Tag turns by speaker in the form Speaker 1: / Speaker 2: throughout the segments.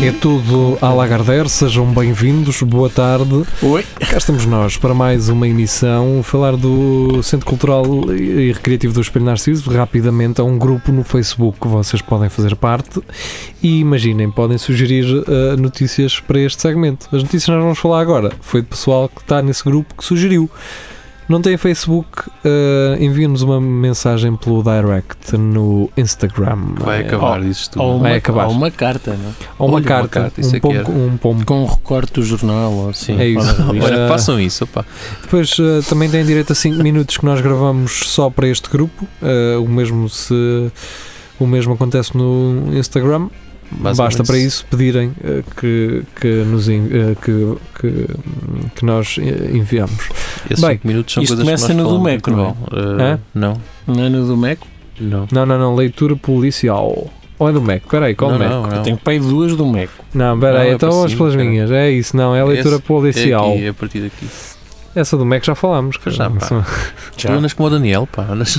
Speaker 1: É tudo à Lagardère, sejam bem-vindos, boa tarde.
Speaker 2: Oi.
Speaker 1: Cá estamos nós para mais uma emissão, falar do Centro Cultural e Recreativo do Espelho Narciso. Rapidamente, há um grupo no Facebook que vocês podem fazer parte e imaginem, podem sugerir eh, notícias para este segmento. As notícias que nós vamos falar agora foi do pessoal que está nesse grupo que sugeriu. Não tem Facebook, eh, enviem-nos uma mensagem pelo direct no Instagram.
Speaker 3: Vai
Speaker 2: é.
Speaker 1: Eh,
Speaker 3: acabar, dizes tu. não
Speaker 1: ou
Speaker 3: é?
Speaker 1: vai acabar.
Speaker 3: ou uma carta, não? é?
Speaker 1: Ou uma
Speaker 3: Olha, uma
Speaker 1: carta,
Speaker 3: carta, isso
Speaker 1: um,
Speaker 3: é que
Speaker 1: pombo-
Speaker 3: era.
Speaker 1: um pombo
Speaker 3: Com um recorte do jornal, ou assim.
Speaker 1: É isso.
Speaker 3: ou da revista.
Speaker 1: Olha,
Speaker 3: Olha, façam isso, opa.
Speaker 1: Depois eh, também tem direito a 5 minutos que nós gravamos só para este grupo. Eh, o mesmo se o mesmo acontece no Instagram. Basta para isso pedirem eh, que, que, nos, en- eh, que, que, que nós eh, enviamos.
Speaker 3: Esses
Speaker 1: Bem,
Speaker 3: cinco minutos são
Speaker 2: isto
Speaker 3: coisas
Speaker 2: começa
Speaker 3: que nós
Speaker 2: no
Speaker 3: falamos,
Speaker 2: Dumeco, não é?
Speaker 3: é?
Speaker 1: Hã?
Speaker 3: Não,
Speaker 2: Não é no do Mac?
Speaker 3: não.
Speaker 1: Não, não, não. Leitura policial. Ou é do Mac? Peraí, qual
Speaker 3: não,
Speaker 1: Mac?
Speaker 3: não, não.
Speaker 2: Tenho que pagar duas do Mac.
Speaker 1: Não,
Speaker 3: Não,
Speaker 1: peraí,
Speaker 3: é
Speaker 1: então
Speaker 3: para
Speaker 1: vamos
Speaker 3: cima,
Speaker 1: pelas
Speaker 3: cara.
Speaker 1: minhas. É isso, não. É a leitura
Speaker 3: Esse-
Speaker 1: policial.
Speaker 3: É aqui, é a partir daqui.
Speaker 1: Essa do Mac já falámos. cara.
Speaker 3: Já, pá. Tu andas como o Daniel, pá. Andas.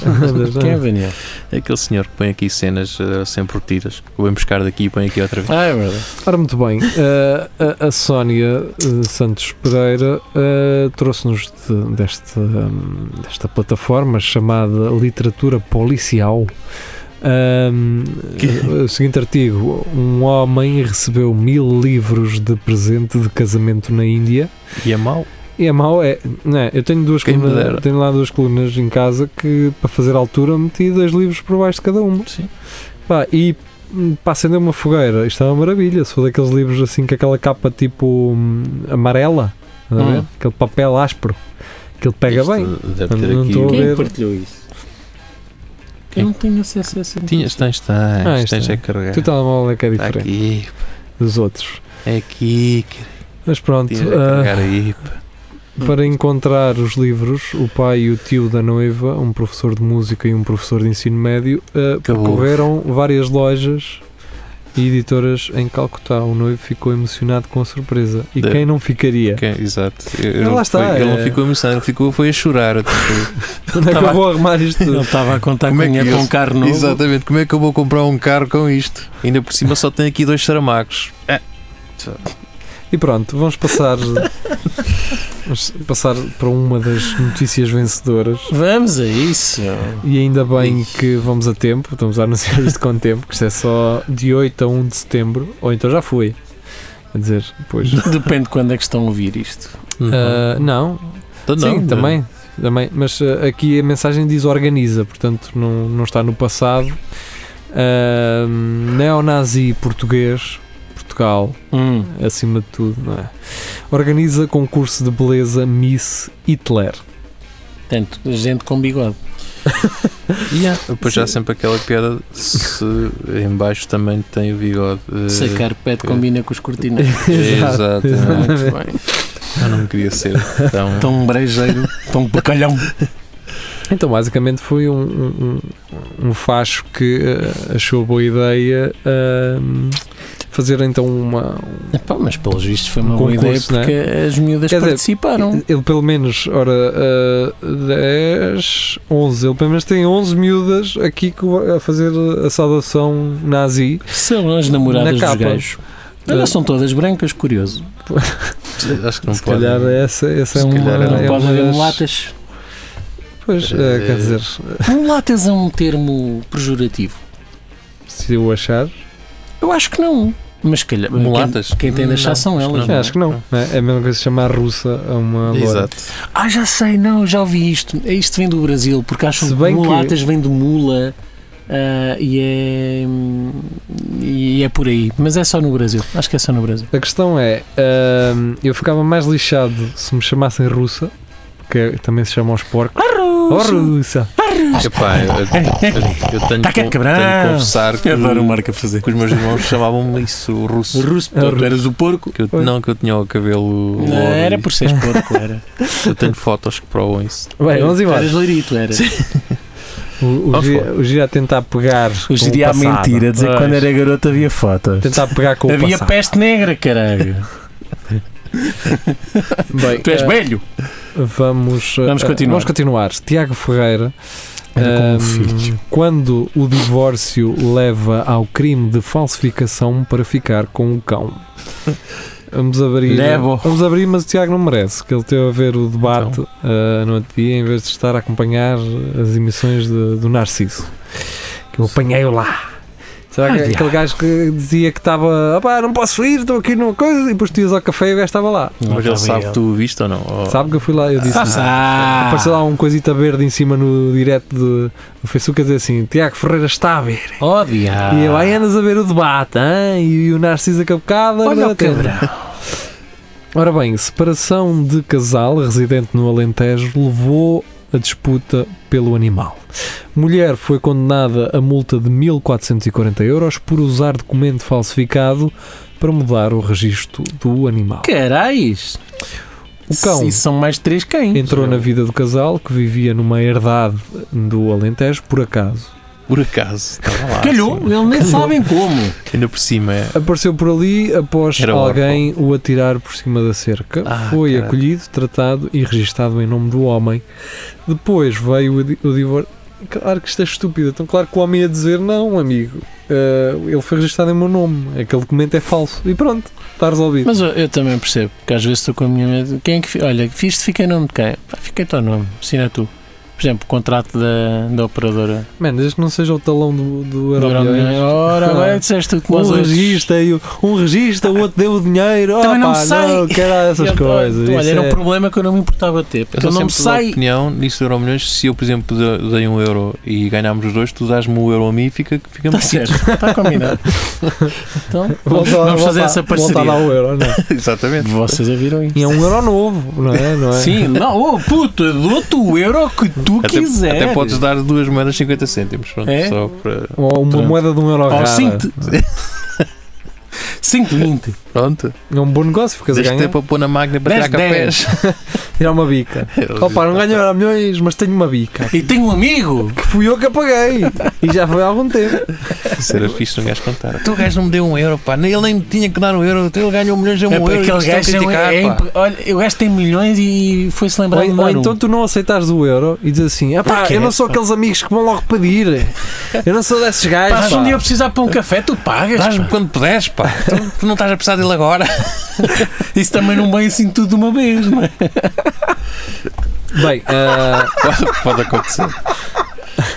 Speaker 2: Quem é o Daniel?
Speaker 3: É aquele senhor que põe aqui cenas eh, sempre retidas. Eu vou buscar daqui e põe aqui outra vez.
Speaker 2: Ah, é verdade.
Speaker 1: Ora, muito bem, eh, a, a Sónia eh, Santos Pereira eh, trouxe-nos de- desta, hum, desta plataforma chamada Literatura Policial. hum, eh, o seguinte artigo: Um homem recebeu mil livros de presente de casamento na Índia.
Speaker 3: E é mau.
Speaker 1: E é mau, é. Não, eu tenho duas
Speaker 3: Quem me
Speaker 1: colunas,
Speaker 3: dera.
Speaker 1: tenho lá duas colunas em casa que para fazer altura meti dois livros por baixo de cada uma.
Speaker 3: Sim.
Speaker 1: Pá, e hum, para acender uma fogueira, isto é uma maravilha. Se for daqueles livros assim com aquela capa tipo hum, amarela, estás a ver?
Speaker 2: Hum.
Speaker 1: aquele papel áspero, que ele pega
Speaker 3: Isto
Speaker 1: bem.
Speaker 3: Deve ter
Speaker 1: Não
Speaker 3: aqui.
Speaker 1: tô- Vou
Speaker 2: Quem é
Speaker 1: ver.
Speaker 2: partilhou isso?
Speaker 3: Quem?
Speaker 2: Eu não tenho acesso a essa
Speaker 3: Tinhas, tens, tens.
Speaker 1: Ah, isto
Speaker 3: tens
Speaker 1: é.
Speaker 3: a carregar.
Speaker 1: Tu telemóvel é que é
Speaker 3: Tá
Speaker 1: diferente
Speaker 3: aqui.
Speaker 1: dos outros.
Speaker 3: É aqui. que-
Speaker 1: Mas pronto,
Speaker 3: Tinhas a
Speaker 1: ah,
Speaker 3: carregar aí. pá.
Speaker 1: Para encontrar os livros, o pai e o tio da noiva, um professor de música e um professor de ensino médio, eh,
Speaker 3: Acabou.
Speaker 1: percorreram várias lojas e editoras em Calcutá. O noivo ficou emocionado com a surpresa. E
Speaker 3: Deve-
Speaker 1: quem não ficaria?
Speaker 3: Ok, exato. Eu-
Speaker 1: Ah, lá
Speaker 3: ele
Speaker 1: está,
Speaker 3: foi- ele
Speaker 1: é.
Speaker 3: não ficou emocionado, ele ficou foi a chorar. Tipo,
Speaker 1: Onde é que eu
Speaker 2: Estava-
Speaker 1: vou arrumar isto
Speaker 2: Ele
Speaker 1: tudo?
Speaker 2: estava a contar
Speaker 3: Como
Speaker 2: com
Speaker 3: é que
Speaker 2: dinheiro para
Speaker 3: eles-
Speaker 2: um carro novo.
Speaker 3: Exatamente, como é que eu vou comprar um carro com isto? Ainda por cima só tem aqui dois saramacos.
Speaker 1: E pronto, vamos passar. vamos passar para uma das notícias vencedoras.
Speaker 2: Vamos a isso.
Speaker 1: E ainda bem que vamos a tempo, estamos a anunciar isto com tempo, que isto é só de 8 a 1 de setembro, ou então já foi. Quer dizer, pois.
Speaker 2: Depende de quando é que estão a ouvir isto.
Speaker 1: Ah, não,
Speaker 3: Então não,
Speaker 1: Sim,
Speaker 3: não.
Speaker 1: também, também. Mas eh, aqui a mensagem diz organiza, portanto não, não está no passado. Ahm, neonazi português, Portugal,
Speaker 2: Hum.
Speaker 1: acima de tudo, não é? Organiza concurso de beleza Miss Hitler.
Speaker 2: Portanto, gente com bigode.
Speaker 3: Yeah. Depois já há sempre aquela piada se em baixo também tem o bigode. eh,
Speaker 2: Se a carpete combina com os cortinas.
Speaker 3: Exato.
Speaker 1: exato.
Speaker 2: Muito bem.
Speaker 3: Eu não queria ser tão.
Speaker 2: Tão brejeiro, tão bacalhão.
Speaker 1: Então, basicamente, foi um, um, um- um facho que eh, achou boa ideia ahm, fazer então uma.
Speaker 2: Epá, mas pelos vistos foi uma
Speaker 1: Um
Speaker 2: boa ideia
Speaker 1: concurso,
Speaker 2: porque as miúdas
Speaker 1: Quer dizer, eh,
Speaker 2: participaram.
Speaker 1: Ele pelo menos, ora, ah, 10, 11, ele pelo menos tem 11 miúdas aqui co- a fazer a saudação nazi.
Speaker 2: São as namoradas
Speaker 1: Na
Speaker 2: dos
Speaker 1: capa. Eh,
Speaker 2: gajos. Elas são todas brancas, curioso.
Speaker 3: Acho que não
Speaker 1: Se
Speaker 3: pode.
Speaker 1: calhar essa, essa é
Speaker 3: Se
Speaker 1: uma.
Speaker 3: calhar
Speaker 1: é
Speaker 2: Não
Speaker 3: era um
Speaker 2: pode
Speaker 1: uma
Speaker 2: haver
Speaker 1: das-
Speaker 2: mulatas.
Speaker 1: Pois, ah, quer dizer,
Speaker 2: Mulatas é um termo pejorativo.
Speaker 1: se eu achar,
Speaker 2: Eu acho que não. Mas se calhar. quem-
Speaker 3: Mulatas?
Speaker 2: Quem, tem de achar
Speaker 3: Não,
Speaker 2: são
Speaker 3: acho que
Speaker 2: elas.
Speaker 3: não. Ah.
Speaker 1: acho que não. não É É a mesma coisa que chamar russa a uma loira.
Speaker 3: Exato.
Speaker 2: Ah, já sei, não, já ouvi isto. É Isto vem do Brasil, porque acham
Speaker 1: Se
Speaker 2: que
Speaker 1: bem que-
Speaker 2: mulatas vem de mula ah, e, é, e é por aí. Mas é só no Brasil. Acho que é só no Brasil.
Speaker 1: A questão é, ahm, eu ficava mais lixado se me chamassem russa, que também se chamam os porcos. Oh, russa!
Speaker 3: Epá, eu, eu- eu tenho,
Speaker 2: Tá
Speaker 3: que
Speaker 2: quieto,
Speaker 3: con-
Speaker 2: cabrão.
Speaker 3: tenho que confessar que,
Speaker 2: marca fazer.
Speaker 3: que os meus irmãos chamavam-me isso russo.
Speaker 2: Russo,
Speaker 1: É russo.
Speaker 2: tu eras o porco.
Speaker 3: Que eu-
Speaker 1: Oi.
Speaker 3: não, que eu tinha o cabelo.
Speaker 2: Não,
Speaker 3: louro
Speaker 2: era
Speaker 3: e-
Speaker 2: por seres porco, era.
Speaker 3: Eu tenho fotos que provam isso.
Speaker 1: Bem, vamos embora.
Speaker 2: Eras leirito, era.
Speaker 1: O, o,
Speaker 3: Oh,
Speaker 1: Gira-
Speaker 3: foi.
Speaker 1: o Gira a tentar pegar.
Speaker 2: O Giri à mentira, a dizer que
Speaker 3: Pois.
Speaker 2: quando era garoto havia fotos.
Speaker 1: Tentar pegar com o
Speaker 2: Havia
Speaker 1: passado.
Speaker 2: peste negra, caralho. É.
Speaker 1: Bem,
Speaker 2: tu és
Speaker 1: eh,
Speaker 2: velho.
Speaker 1: Vamos, eh,
Speaker 2: Vamos continuar.
Speaker 1: vamos continuar. Tiago Ferreira.
Speaker 2: Era como um
Speaker 1: ehm,
Speaker 2: filho.
Speaker 1: Quando o divórcio leva ao crime de falsificação para ficar com o cão. Vamos abrir.
Speaker 2: Levo.
Speaker 1: Vamos abrir, mas o Tiago não merece, que ele teve a ver o
Speaker 2: Então.
Speaker 1: debate eh, no outro dia em vez de estar a acompanhar as emissões de- do Narciso. Que eu apanhei-o lá. Será que
Speaker 2: Ah,
Speaker 1: é aquele
Speaker 2: diabo.
Speaker 1: gajo que dizia que estava, opá, não posso ir, estou aqui numa coisa, e depois tu ias ao café e o gajo estava lá.
Speaker 3: Mas ele sabe que tu o viste ou não? Oh, Ou-
Speaker 1: Sabe que eu fui lá, eu disse.
Speaker 2: tá Oh. Sabe,
Speaker 1: Apareceu
Speaker 2: sabe.
Speaker 1: lá um coisita verde em cima no direto de, do Facebook a dizer assim: Tiago Ferreira está a ver.
Speaker 2: Oh, diabo.
Speaker 1: E eu, aí andas a ver o debate, hein? E o Narciso Acabocada.
Speaker 2: Olha
Speaker 1: né?
Speaker 2: o cabrão.
Speaker 1: Ora bem, separação de casal residente no Alentejo levou a disputa pelo animal. Mulher foi condenada a multa de 1440 euros por usar documento falsificado para mudar o registro do animal.
Speaker 2: Carais.
Speaker 1: O cão.
Speaker 2: Isso são mais três cães.
Speaker 1: Entrou na vida do casal que vivia numa herdade do Alentejo, por acaso.
Speaker 3: Por acaso, estava lá.
Speaker 2: Ah, Calhou,
Speaker 3: assim.
Speaker 2: eles nem sabem como.
Speaker 3: Ainda por cima é.
Speaker 1: Apareceu por ali após
Speaker 3: Era
Speaker 1: alguém o atirar por cima da cerca.
Speaker 3: Ah,
Speaker 1: Foi
Speaker 3: caralho.
Speaker 1: acolhido, tratado e registado em nome do homem. Depois veio o, di- o divórcio. Claro que isto é estúpido. Então, claro que o homem ia dizer: Não, amigo, eh, ele foi registado em meu nome. Aquele documento é falso. E pronto, está resolvido.
Speaker 2: Mas eu, eu também percebo, que às vezes estou com a minha mente. Quem é que. fi- Olha, fiz-te, fiquei em nome de quem? Pá, Fiquei teu nome, assina tu. Por exemplo, o contrato da, da operadora.
Speaker 1: Man, desde que não seja o talão do, do
Speaker 2: Do
Speaker 1: Euromilhões.
Speaker 2: Euromilhões. Ora,
Speaker 1: Ah.
Speaker 2: agora disseste tu que
Speaker 1: Um
Speaker 2: nós hoje-
Speaker 1: registra, e o- um registra, o outro deu o dinheiro.
Speaker 2: Também não
Speaker 1: Opa,
Speaker 2: me sai.
Speaker 1: não, quero essas
Speaker 2: Eu-
Speaker 1: coisas.
Speaker 2: Então, Olha,
Speaker 1: Isso
Speaker 2: era
Speaker 1: é-
Speaker 2: um problema que eu não me importava ter.
Speaker 3: Eu
Speaker 2: Porque
Speaker 3: estou
Speaker 2: eu não me
Speaker 3: sempre da
Speaker 2: sai.
Speaker 3: opinião, nisso do Euro Milhões, se eu, por exemplo, dei- dei um euro e ganhámos os dois, tu dás-me um euro a mim e fica,
Speaker 2: Está
Speaker 3: ficamos
Speaker 2: Tá certo, está combinado. Então, vamos,
Speaker 1: Volta-
Speaker 2: vamos fazer
Speaker 1: volta-
Speaker 2: essa
Speaker 1: volta lá
Speaker 2: parceria.
Speaker 1: ao euro, não é?
Speaker 3: Exatamente.
Speaker 2: Vocês a viram isso?
Speaker 1: E é um euro novo, não é? Não é?
Speaker 2: Sim, não, oh, puto, eu dou-te o euro que tu
Speaker 3: Até,
Speaker 2: quiseres.
Speaker 3: até podes dar duas moedas 50 cêntimos. Pronto,
Speaker 2: É?
Speaker 3: só para.
Speaker 1: Ou uma
Speaker 2: Pronto.
Speaker 1: moeda de um euro
Speaker 2: Ou
Speaker 1: rara.
Speaker 2: 5 5 20.
Speaker 3: Pronto.
Speaker 1: É um bom negócio, ficas a
Speaker 3: Deste
Speaker 1: ganhar.
Speaker 3: tempo a pôr na máquina para tirar
Speaker 2: Dez,
Speaker 3: cafés.
Speaker 1: Tirar uma bica. Opa, não ganho euro milhões, mas tenho uma bica.
Speaker 2: E tenho um amigo.
Speaker 1: Que fui eu que apaguei. E já foi há algum tempo.
Speaker 3: Isso era fixe, um gajo contar. Então o gajo não me deu um euro, pá. Nem- Ele nem me tinha que dar um euro. Ele ganhou milhões de um
Speaker 2: É,
Speaker 3: euro. e
Speaker 2: aquele
Speaker 3: estão a
Speaker 2: gajo é um-
Speaker 3: criticar,
Speaker 2: é
Speaker 3: pá.
Speaker 2: impre- Olha, o gajo tem milhões e foi-se
Speaker 1: Ou,
Speaker 2: lembrar de
Speaker 1: ou
Speaker 2: dar um.
Speaker 1: então tu não aceitas o euro e dizes assim: ah
Speaker 2: Para
Speaker 1: pá,
Speaker 2: quê,
Speaker 1: eu não sou
Speaker 2: pá?
Speaker 1: aqueles amigos que vão logo pedir. Eu não sou desses
Speaker 2: Pá,
Speaker 1: gajos.
Speaker 2: se um
Speaker 1: pá."
Speaker 2: dia eu precisar para um café, tu pagas.
Speaker 3: Dás-me
Speaker 2: pá.
Speaker 3: quando puderes, pá. Tu- Tu não estás a precisar dele agora.
Speaker 2: Isso também não vem assim tudo de uma vez, não é?
Speaker 1: Bem, ah,
Speaker 3: Pode acontecer.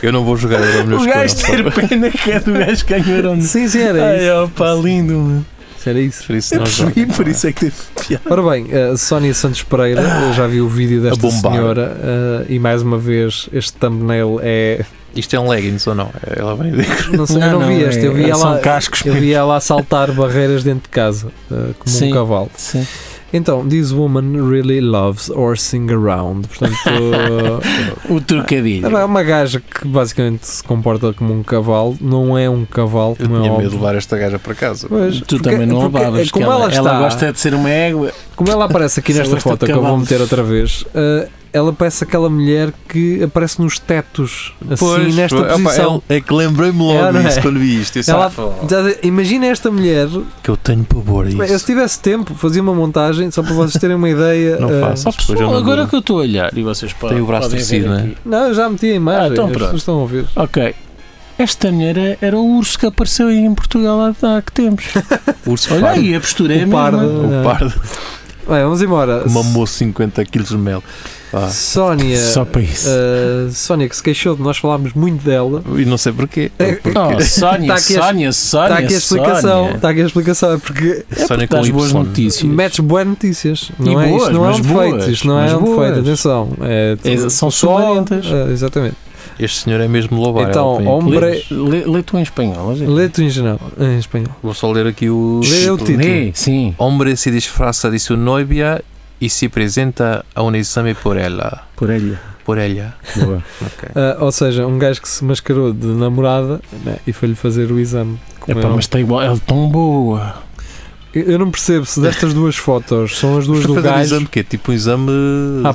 Speaker 3: Eu não vou jogar euro
Speaker 2: O
Speaker 3: milhões
Speaker 2: gajo
Speaker 3: com ele.
Speaker 2: ter pena que é do gajo que ganhou onde.
Speaker 1: sim, sim, era
Speaker 2: Ai,
Speaker 1: É isso.
Speaker 2: opa, lindo, mano.
Speaker 1: Isso Era isso.
Speaker 3: Por isso
Speaker 2: Eu
Speaker 3: não jogo.
Speaker 2: percebi, por isso é que teve piada.
Speaker 1: Ora bem, a Sónia Santos Pereira, eu já vi o vídeo
Speaker 3: A
Speaker 1: desta
Speaker 3: bombar.
Speaker 1: senhora ah, e mais uma vez este thumbnail é.
Speaker 3: Isto é um leggings ou não? Ela vem
Speaker 1: Não sei, eu não,
Speaker 2: é-
Speaker 1: vi este, eu vi ela.
Speaker 2: São cascos.
Speaker 1: Eu vi ela a saltar barreiras dentro de casa, uh, como um
Speaker 2: Sim.
Speaker 1: cavalo.
Speaker 2: Sim.
Speaker 1: Então, this woman really loves horsing around. Portanto,
Speaker 2: O trocadilho.
Speaker 1: ela é uma gaja que basicamente se comporta como um cavalo, não é um cavalo,
Speaker 3: Eu
Speaker 1: como é
Speaker 3: tinha medo de
Speaker 1: óbvio.
Speaker 3: levar esta gaja para casa.
Speaker 1: Pois,
Speaker 2: Tu
Speaker 1: porque-
Speaker 2: também não
Speaker 1: porque é
Speaker 2: abavas.
Speaker 1: como
Speaker 2: que
Speaker 1: ela, está,
Speaker 2: gosta de ser uma égua.
Speaker 1: como ela aparece aqui
Speaker 2: Só
Speaker 1: nesta
Speaker 2: gosta é de
Speaker 1: foto que eu vou
Speaker 2: cavalos.
Speaker 1: meter outra vez, uh, ela parece aquela mulher que aparece nos tetos, assim, nesta
Speaker 3: opa,
Speaker 1: posição.
Speaker 3: é, é que lembrei-me logo
Speaker 1: Ela não
Speaker 3: disso
Speaker 1: é.
Speaker 3: quando vi isto. Eu
Speaker 1: Ela-
Speaker 3: só-
Speaker 2: é um-
Speaker 3: oh,
Speaker 1: Já- Imagina esta mulher,
Speaker 3: que eu tenho pavor a
Speaker 1: Bem, eu se
Speaker 3: isso.
Speaker 1: tivesse tempo, fazia uma montagem só para vocês terem uma ideia.
Speaker 3: Não
Speaker 1: uh,
Speaker 3: faço.
Speaker 2: Só
Speaker 3: Pois eu não
Speaker 2: agora
Speaker 3: dou.
Speaker 2: que eu estou a olhar e vocês podem.
Speaker 3: o braço
Speaker 2: podem ver
Speaker 3: torcido,
Speaker 2: aqui.
Speaker 3: não
Speaker 1: Não, é? eu já meti a imagem.
Speaker 2: Ah, então
Speaker 1: as
Speaker 2: pronto.
Speaker 1: pessoas estão a ouvir.
Speaker 2: Ok. Esta mulher era- era o urso que apareceu aí em Portugal há, há que tempos.
Speaker 3: Urso
Speaker 2: Olha
Speaker 3: pardo.
Speaker 2: aí, a postura é a
Speaker 1: O pardo.
Speaker 2: mesma.
Speaker 3: O pardo
Speaker 1: Bem, vamos embora.
Speaker 3: mamou 50 kg de mel. Ah, Pá.
Speaker 1: Sónia.
Speaker 2: Só para isso.
Speaker 1: uh, Sónia que se queixou de nós falarmos muito dela.
Speaker 3: E não sei porquê.
Speaker 1: É-
Speaker 3: Porque
Speaker 2: Oh, Sónia,
Speaker 1: Tá aqui a-
Speaker 2: Sónia, Sónia.
Speaker 1: Está aqui a explicação.
Speaker 2: Sónia.
Speaker 1: Está aqui a explicação. É porque
Speaker 3: Sónia com
Speaker 2: Dá as
Speaker 3: Y.
Speaker 2: boas notícias.
Speaker 1: metes boas notícias. Não é,
Speaker 2: boas,
Speaker 1: isto não é um
Speaker 2: mas
Speaker 1: defeito.
Speaker 2: boas,
Speaker 1: isto não
Speaker 2: mas
Speaker 1: é um
Speaker 2: boas.
Speaker 1: defeito. Atenção. É,
Speaker 2: É, são
Speaker 1: só-
Speaker 2: suculentas.
Speaker 1: Ah, exatamente.
Speaker 3: Este senhor é mesmo louvar.
Speaker 1: Então,
Speaker 3: ela põe
Speaker 1: homem-
Speaker 3: aqui.
Speaker 1: Hombre-
Speaker 2: Lê, lê, lê tu em espanhol. vamos ver.
Speaker 1: Lê-te em, geral, em espanhol.
Speaker 3: Vou só ler aqui o.
Speaker 1: Lê o título.
Speaker 2: Lê, sim.
Speaker 3: Hombre se disfraza de su novia e se apresenta a um exame por ela.
Speaker 2: Por ele.
Speaker 3: Por ela.
Speaker 2: Boa.
Speaker 1: Ah, ou seja, um gajo que se mascarou de namorada né, e foi-lhe fazer o exame. como
Speaker 2: Epá, tá
Speaker 1: era um-
Speaker 2: mas está igual. Ela é tão é boa.
Speaker 1: Eu não percebo se destas duas fotos são as duas
Speaker 3: Mas
Speaker 1: do
Speaker 3: fazer um exame
Speaker 1: gajo.
Speaker 3: de quê? Tipo um exame.
Speaker 2: Ah,
Speaker 1: À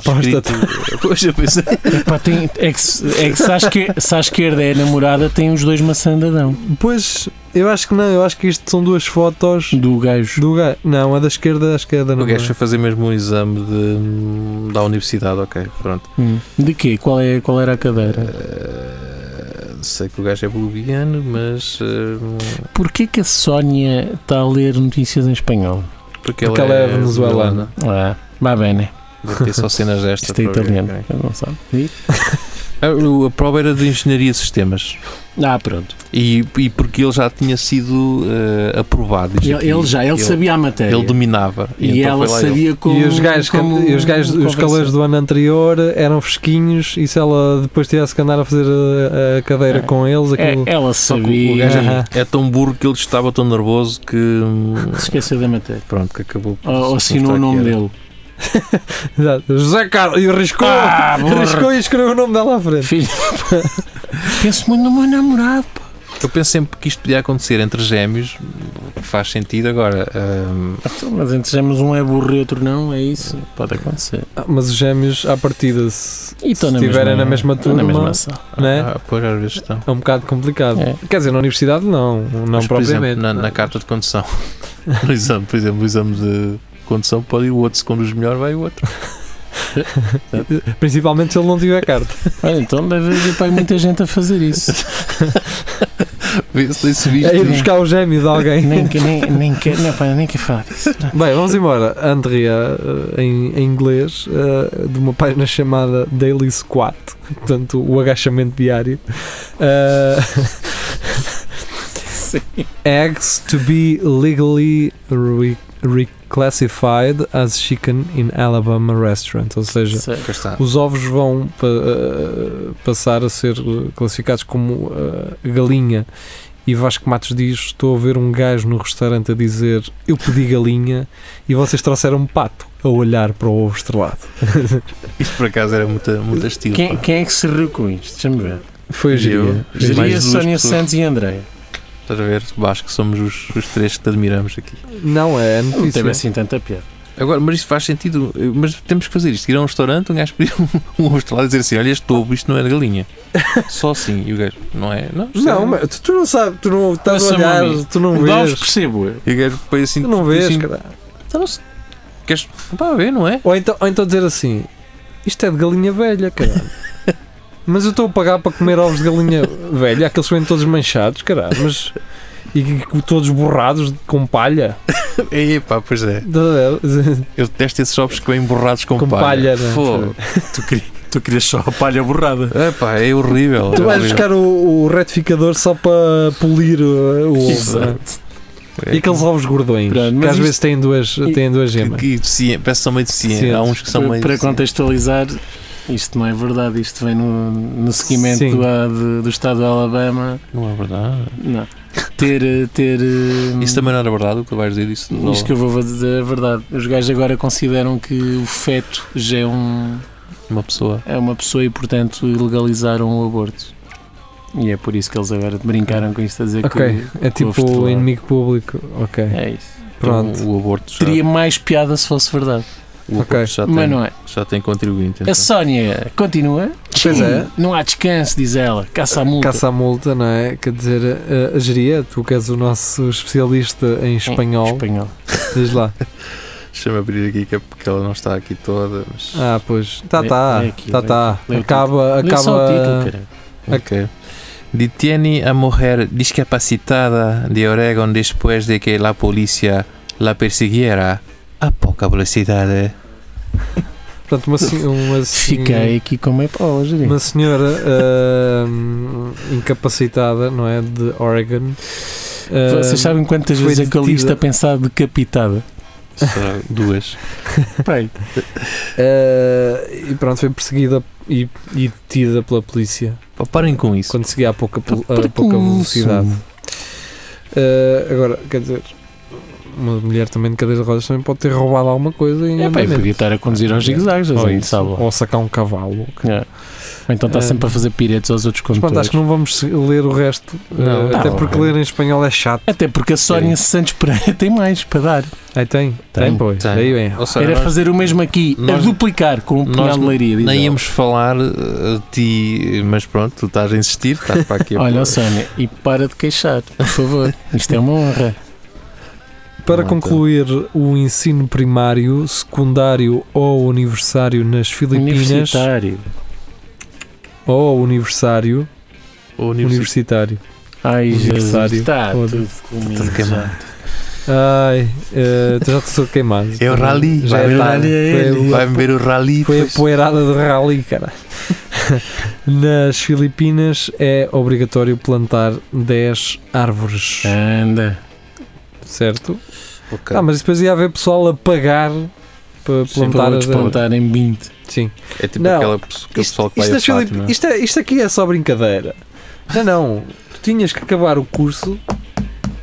Speaker 1: próstata.
Speaker 3: escrito. Pois eu pensei.
Speaker 2: Epá, tem, é que, se- é que se, à esquerda, se à esquerda é a namorada, tem os dois maçandadão
Speaker 1: Pois, eu acho que não, eu acho que isto são duas fotos
Speaker 2: do gajo.
Speaker 1: do gajo. Não, a da esquerda acho que é a da
Speaker 3: O gajo
Speaker 1: namorada.
Speaker 3: foi fazer mesmo um exame de, da universidade, ok, pronto.
Speaker 2: Hum. De quê? Qual, é, qual era a cadeira?
Speaker 3: Eh, sei que o gajo é boliviano, mas. eh,
Speaker 2: Porquê que a Sónia está a ler notícias em espanhol?
Speaker 3: porque,
Speaker 1: Porque ela é venezuelana.
Speaker 2: Ah, vai bem, né?
Speaker 3: Deve ter só cenas desta.
Speaker 2: Isto é
Speaker 3: para ver,
Speaker 2: italiano.
Speaker 3: ok.
Speaker 2: Não sabe. E-
Speaker 3: Ah, o- A prova era de engenharia de sistemas.
Speaker 2: Ah, pronto.
Speaker 3: E, e porque ele já tinha sido eh, aprovado. diz
Speaker 2: Ele,
Speaker 3: aqui.
Speaker 2: ele já, ele, sabia a matéria.
Speaker 3: Ele dominava.
Speaker 2: e
Speaker 3: então
Speaker 2: ela
Speaker 3: foi lá ele.
Speaker 2: sabia como.
Speaker 1: e os gajos, que-
Speaker 2: como
Speaker 1: e os, gajos os
Speaker 2: convencer.
Speaker 1: calores do ano anterior eram fresquinhos e se ela depois tivesse que andar a fazer eh, a, a cadeira
Speaker 2: É.
Speaker 1: com eles,
Speaker 2: É,
Speaker 1: aquilo.
Speaker 2: ela
Speaker 3: Só que o-
Speaker 2: sabia.
Speaker 3: o gajo
Speaker 1: Aham.
Speaker 3: é, é tão burro que ele estava tão nervoso que. hum,
Speaker 2: Se esqueceu da matéria.
Speaker 3: Pronto, que acabou. por
Speaker 2: Ou
Speaker 3: mostrar
Speaker 2: ou Ah, assinou o
Speaker 3: que
Speaker 2: nome
Speaker 3: era.
Speaker 2: dele.
Speaker 1: Exato. José Carlos. E arriscou,
Speaker 2: Ah, burro.
Speaker 1: arriscou e escreveu o nome dela à frente.
Speaker 2: Filho, penso muito no meu namorado. pá.
Speaker 3: Eu penso sempre que isto podia acontecer entre gêmeos, faz sentido agora. hum,
Speaker 2: Então, Mas entre gêmeos um é burro e outro não, é isso? Pode acontecer.
Speaker 1: Ah, mas os gêmeos, à partida, se,
Speaker 2: E
Speaker 1: se
Speaker 2: estão na
Speaker 1: estiverem na mesma
Speaker 2: estão
Speaker 1: turma,
Speaker 2: Na mesma sala.
Speaker 1: Né?
Speaker 3: ah, pois às vezes estão.
Speaker 1: é um bocado complicado.
Speaker 2: É.
Speaker 1: Quer dizer, na universidade, não. Não
Speaker 3: Mas, por
Speaker 1: propriamente.
Speaker 3: exemplo, na, na carta de condução, no exame, por exemplo, o exame de condução pode ir o outro, se conduz melhor, vai o outro.
Speaker 1: Eh, Principalmente se ele não tiver carta.
Speaker 2: Olha, então deve haver pá, muita gente a fazer isso.
Speaker 3: Vê se tem-se visto.
Speaker 1: É ir buscar o gêmeo de alguém.
Speaker 2: Nem, que- nem, nem, quer, não, pá, nem quer falar disso.
Speaker 1: Bem, vamos embora. Andrea, eh, em, em inglês, eh, de uma página chamada Daily Squat, portanto, o agachamento diário. Eh, Eggs to be legally re- reclassified as chicken in Alabama restaurant, ou seja,
Speaker 2: Certo.
Speaker 3: Cá está.
Speaker 1: os ovos vão pa- eh, passar a ser eh, classificados como eh, galinha. E Vasco Matos diz: Estou a ver um gajo no restaurante a dizer eu pedi galinha e vocês trouxeram um pato a olhar para o ovo estrelado.
Speaker 3: Isto por acaso era muita, muita estilo.
Speaker 2: Quem,
Speaker 3: pá.
Speaker 2: quem é que se riu com isto? Deixa-me ver.
Speaker 1: Foi a gíria.
Speaker 3: Eu. Mais
Speaker 2: Geria
Speaker 3: duas
Speaker 2: Sónia
Speaker 3: pessoas.
Speaker 2: Santos e Andréia.
Speaker 3: Estás a ver? Acho que somos os, os três que te admiramos aqui.
Speaker 1: Não é a
Speaker 2: Não
Speaker 1: notícia.
Speaker 2: teve assim tanta piada.
Speaker 3: Agora, mas isto faz sentido. Mas temos que fazer isto. Ir a um restaurante, um gajo pedir um, um hostelado e dizer assim: Olha, este ovo, isto não é de galinha. Só assim. E o gajo, não é? Não, isto
Speaker 1: Não,
Speaker 3: é.
Speaker 1: mas tu, tu não sabes, tu não estás a
Speaker 2: Ouça-me a
Speaker 1: olhar,
Speaker 2: mim.
Speaker 1: tu não
Speaker 2: Dá-vos
Speaker 1: vês.
Speaker 2: percebo eu.
Speaker 3: E o gajo põe assim.
Speaker 1: Tu não vês,
Speaker 3: assim,
Speaker 1: caralho.
Speaker 3: então não se- Queres. Pá, a ver, não é?
Speaker 1: Ou então, ou então dizer assim: Isto é de galinha velha, caralho. Mas eu estou a pagar para comer ovos de galinha velha, aqueles que vêm todos manchados, caralho. Mas. E que- todos borrados com palha.
Speaker 3: E pá, pois é. Eu detesto esses ovos que vêm borrados com,
Speaker 1: Com palha, não é?
Speaker 3: Fogo.
Speaker 2: Tu, queri- tu querias só a palha borrada.
Speaker 3: É pá, é horrível.
Speaker 1: Tu
Speaker 3: é
Speaker 1: vais
Speaker 3: horrível.
Speaker 1: buscar o, o retificador só para polir o, o ovo. né?
Speaker 2: Exato.
Speaker 3: É
Speaker 1: E aqueles ovos gordões,
Speaker 2: Pronto,
Speaker 1: que
Speaker 2: mas
Speaker 1: às
Speaker 2: isto-
Speaker 1: vezes têm duas, têm duas
Speaker 3: que,
Speaker 1: gemas.
Speaker 3: É que deficientes. Parece que são meio deficientes.
Speaker 1: Deficientes.
Speaker 3: Há uns que são
Speaker 2: Para,
Speaker 3: meio. assim.
Speaker 2: para
Speaker 3: deficientes.
Speaker 2: contextualizar, isto não é verdade. Isto vem no, no seguimento
Speaker 1: Sim.
Speaker 2: do, de- do estado do Alabama.
Speaker 3: Não é verdade.
Speaker 2: Não. Ter. eh, ter eh,
Speaker 3: Isso também não era verdade o que tu vais dizer. Isso não-
Speaker 2: isto que eu vou dizer é verdade. Os gajos agora consideram que o feto já é, um,
Speaker 3: uma pessoa.
Speaker 2: é uma pessoa e, portanto, legalizaram o aborto. E é por isso que eles agora brincaram com isto a dizer
Speaker 1: Ok,
Speaker 2: que.
Speaker 1: é
Speaker 2: ovo
Speaker 1: tipo
Speaker 2: estrelado.
Speaker 1: o inimigo público. Ok,
Speaker 2: É isso.
Speaker 1: pronto.
Speaker 3: Então, o aborto já,
Speaker 2: Teria mais piada se fosse verdade.
Speaker 3: o aborto
Speaker 1: Ok.
Speaker 3: já tem.
Speaker 2: Mas não é.
Speaker 3: Já tem contribuinte.
Speaker 2: A
Speaker 3: Então.
Speaker 2: Sónia continua.
Speaker 1: Pois é.
Speaker 2: Não há descanso, diz ela. Caça a multa.
Speaker 1: Caça a multa, não é? Quer dizer, a, a geria, tu que és o nosso especialista em espanhol,
Speaker 2: espanhol.
Speaker 1: diz lá.
Speaker 3: Deixa-me abrir aqui que é porque ela não está aqui toda. Mas...
Speaker 1: Ah, pois. Tá,
Speaker 2: Lê-
Speaker 1: tá.
Speaker 2: lê aqui,
Speaker 1: tá,
Speaker 2: lê
Speaker 1: tá.
Speaker 2: Lê é o
Speaker 1: Acaba,
Speaker 2: Lê só o título,
Speaker 1: acaba.
Speaker 2: caralho.
Speaker 3: Ok. Detiene a mujer discapacitada de Oregon después de que la policía la persiguiera a poca velocidade.
Speaker 1: Portanto, uma, se- uma se-
Speaker 2: Fiquei aqui com meio pau, hoje.
Speaker 1: Uma senhora ahm, incapacitada, não é? De Oregon. ehm, Ahm,
Speaker 2: Vocês sabem quantas
Speaker 1: ah, foi
Speaker 2: vezes é que ele
Speaker 1: detida.
Speaker 2: está a pensar decapitada?
Speaker 3: Só duas.
Speaker 2: Pai,
Speaker 1: ah, e pronto, foi perseguida e, e detida pela polícia
Speaker 3: Pá, Parem com isso.
Speaker 1: quando seguia a
Speaker 2: um
Speaker 1: pouca, pelo- a
Speaker 2: Para
Speaker 1: pouca
Speaker 2: com
Speaker 1: velocidade. Ah, agora, quer Eh, dizer, uma mulher também de cadeira de rodas também pode ter roubado alguma coisa em
Speaker 2: É, pá, e
Speaker 1: andamento.
Speaker 2: podia estar a conduzir aos zigue-zagues,
Speaker 1: É. ou,
Speaker 2: assim,
Speaker 1: isso,
Speaker 2: sabe lá.
Speaker 1: ou sacar um cavalo.
Speaker 2: É. Ou então está
Speaker 1: Ah.
Speaker 2: sempre a fazer piretes aos outros
Speaker 1: Mas pronto,
Speaker 2: condutores.
Speaker 1: acho que não vamos ler o resto,
Speaker 3: Não,
Speaker 1: eh,
Speaker 3: tá
Speaker 1: até
Speaker 3: bom.
Speaker 1: porque ler em espanhol é chato.
Speaker 2: Até porque a
Speaker 1: É.
Speaker 2: Sónia Santos Pereira tem mais para dar.
Speaker 1: Aí tem, tem,
Speaker 2: Tem,
Speaker 1: pois.
Speaker 3: tem.
Speaker 1: Aí vem.
Speaker 3: Ou seja,
Speaker 2: Era
Speaker 3: nós-
Speaker 2: fazer o mesmo aqui,
Speaker 3: nós-
Speaker 2: a duplicar com um
Speaker 3: nós
Speaker 2: punhal de leiria. diz
Speaker 3: Nem
Speaker 2: ela.
Speaker 3: íamos falar eh, a ti, mas pronto, tu estás a insistir, estás para aqui a
Speaker 2: Olha, ó Sónia, e para de queixar, por favor. Isto é uma honra.
Speaker 1: Para
Speaker 3: Malta.
Speaker 1: concluir o ensino primário, secundário ou universitário nas Filipinas,
Speaker 2: Universitário.
Speaker 1: ou universitário,
Speaker 3: o universitário.
Speaker 1: universitário.
Speaker 2: Ai, Jesus,
Speaker 1: Universitário.
Speaker 2: está
Speaker 1: Foda-se.
Speaker 2: tudo comigo.
Speaker 3: Tudo queimado.
Speaker 2: já.
Speaker 1: Ai, eh, já estou queimado.
Speaker 3: É o rally,
Speaker 1: Já
Speaker 3: vai
Speaker 1: é
Speaker 3: o
Speaker 1: tarde.
Speaker 2: rally a
Speaker 1: Foi o-
Speaker 3: Vai-me ver o rally.
Speaker 1: Foi
Speaker 3: pois.
Speaker 1: a poeirada do rally, cara. Nas Filipinas é obrigatório plantar 10 árvores,
Speaker 2: Anda.
Speaker 1: certo?
Speaker 3: É. Ok.
Speaker 1: Ah, mas depois ia haver pessoal a pagar para
Speaker 2: Plantar
Speaker 1: plantar as
Speaker 2: plantar em 20.
Speaker 1: Sim.
Speaker 3: É tipo
Speaker 1: Não.
Speaker 3: aquela pessoa, aquele pessoal
Speaker 1: Isto,
Speaker 3: que vai
Speaker 1: isto,
Speaker 3: a
Speaker 1: das Filip-
Speaker 3: Fátima.
Speaker 1: isto, é- isto aqui é só brincadeira. Não, não. Tu tinhas que acabar o curso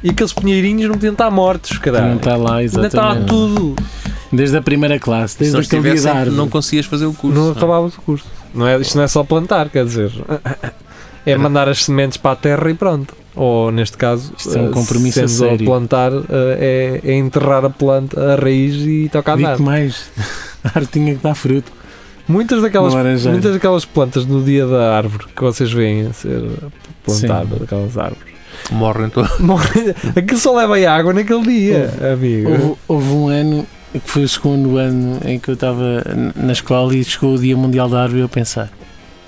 Speaker 1: e aqueles pinheirinhos não podiam estar mortos,
Speaker 3: É
Speaker 1: caralho.
Speaker 3: tá,
Speaker 2: Não está lá,
Speaker 1: Ainda estava
Speaker 2: exatamente.
Speaker 1: tudo.
Speaker 2: Desde a primeira classe,
Speaker 3: Se
Speaker 2: desde
Speaker 3: não
Speaker 2: aquele dia
Speaker 3: estivessem,
Speaker 2: da árvore.
Speaker 3: não conseguias fazer o curso.
Speaker 2: é?
Speaker 1: Não tá acabava o curso. Não é, isto não é só plantar, quer dizer. É
Speaker 3: Era-
Speaker 1: mandar as sementes para a terra e pronto. Ou neste caso,
Speaker 2: Isto é um
Speaker 1: eh,
Speaker 2: compromisso a
Speaker 1: sendo
Speaker 2: sério.
Speaker 1: plantar, eh, é, é enterrar a planta, a raiz e toca a andar.
Speaker 2: Digo mais. A árvore tinha que dar fruto.
Speaker 1: Muitas daquelas
Speaker 2: Não é era já.
Speaker 1: Muitas daquelas plantas no dia da árvore que vocês veem a ser plantadas, aquelas árvores,
Speaker 3: Morrem todos.
Speaker 1: morrem- aquilo só leva aí água naquele dia, amigo.
Speaker 2: Houve, houve um ano que foi o segundo ano em que eu estava na escola e chegou o Dia Mundial da Árvore e eu pensar: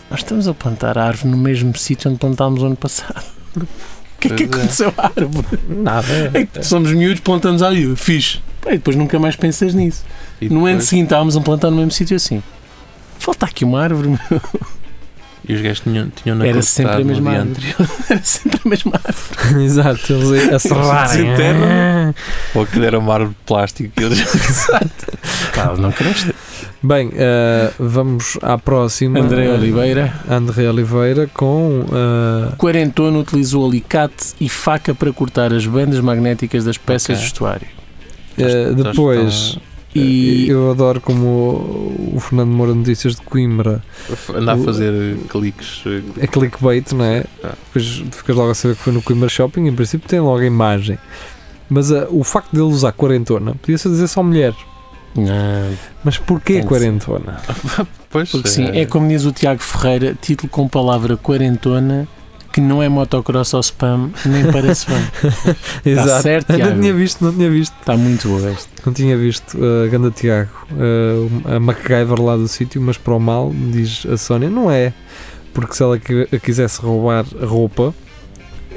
Speaker 2: nós estamos a plantar a árvore no mesmo sítio onde plantámos o ano passado. O que é que
Speaker 3: Pois é.
Speaker 2: aconteceu à árvore?
Speaker 1: Nada.
Speaker 2: É que somos miúdos, plantamos a árvore. Fiz. E depois nunca mais pensas nisso.
Speaker 3: E
Speaker 2: No ano
Speaker 3: depois-
Speaker 2: seguinte estávamos a plantar no mesmo sítio assim. Falta aqui uma árvore. meu.
Speaker 3: E os gajos tinham, tinham na
Speaker 2: Era sempre a mesma
Speaker 3: dia
Speaker 2: árvore. Era sempre a mesma árvore.
Speaker 1: Exato, eles a serrarem.
Speaker 3: desenterram. Ou aquilo era uma árvore de plástico que eles
Speaker 2: Claro, não cresce.
Speaker 1: Bem, eh, vamos à próxima.
Speaker 2: André Oliveira.
Speaker 1: André Oliveira com. eh,
Speaker 2: Quarentono utilizou alicate e faca para cortar as bandas magnéticas das
Speaker 3: Ok.
Speaker 2: peças do estuário.
Speaker 1: eh, depois, eh,
Speaker 2: E
Speaker 1: É, eu adoro como o Fernando Moura Notícias de Coimbra
Speaker 3: Andar a
Speaker 1: O-
Speaker 3: fazer eh, cliques.
Speaker 1: é clickbait, não é?
Speaker 3: Ah.
Speaker 1: Depois tu ficas logo a saber que foi no Coimbra Shopping, em princípio tem logo a imagem. Mas ah, o facto dele usar quarentona, podia-se dizer só mulher.
Speaker 2: Não,
Speaker 1: Mas porquê
Speaker 2: Tem de
Speaker 1: quarentona?
Speaker 3: Pois
Speaker 2: Ah, porque sim, é como diz o Tiago Ferreira, título com palavra quarentona, que não é motocross ou spam, nem para spam. Está
Speaker 1: Exato.
Speaker 2: Tá certo,
Speaker 1: não tinha
Speaker 2: Tiago?
Speaker 1: visto, não tinha visto.
Speaker 2: Está muito boa esta.
Speaker 1: Não tinha visto eh, a Ganda Tiago, ah, a MacGyver lá do sítio, mas para o mal, diz a Sónia, não é. Porque se ela qui- quisesse roubar roupa,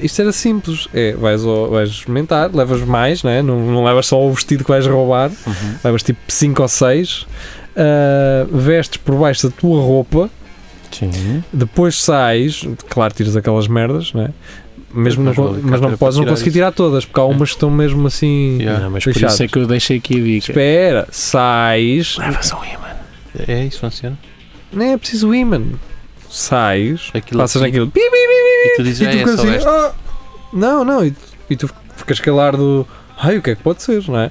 Speaker 1: isto era simples. É, vais, ao- vais experimentar, levas mais, não, é? não, não levas só o vestido que vais roubar,
Speaker 3: Uhum.
Speaker 1: levas tipo 5 ou 6, vestes por baixo da tua roupa,
Speaker 2: Sim.
Speaker 1: depois sais, claro, tiras aquelas merdas, não é? Mesmo não
Speaker 3: Mas
Speaker 1: con-
Speaker 3: vale,
Speaker 1: mas
Speaker 3: cara,
Speaker 1: não
Speaker 3: para
Speaker 1: podes não
Speaker 3: tirar
Speaker 1: conseguir
Speaker 3: isso. É.
Speaker 1: tirar todas, porque há umas que estão mesmo assim.
Speaker 3: Yeah.
Speaker 2: Não, mas por
Speaker 1: Fechados.
Speaker 2: isso é que eu deixei aqui a dica.
Speaker 1: Espera, sais.
Speaker 2: Levas um imã.
Speaker 3: É, isso funciona.
Speaker 1: Nem é preciso o imã. Sais,
Speaker 3: Aquilo
Speaker 1: passas
Speaker 3: assim,
Speaker 1: naquilo. pi, pi, pi,
Speaker 3: E tu dizes,
Speaker 1: pi,
Speaker 3: "Ah,
Speaker 1: e tu
Speaker 3: é
Speaker 1: ficas
Speaker 3: só
Speaker 1: assim,
Speaker 3: esta."
Speaker 1: "Ah." Não, não, e tu, e tu ficas calar do. Ai, o que é que pode ser, não é?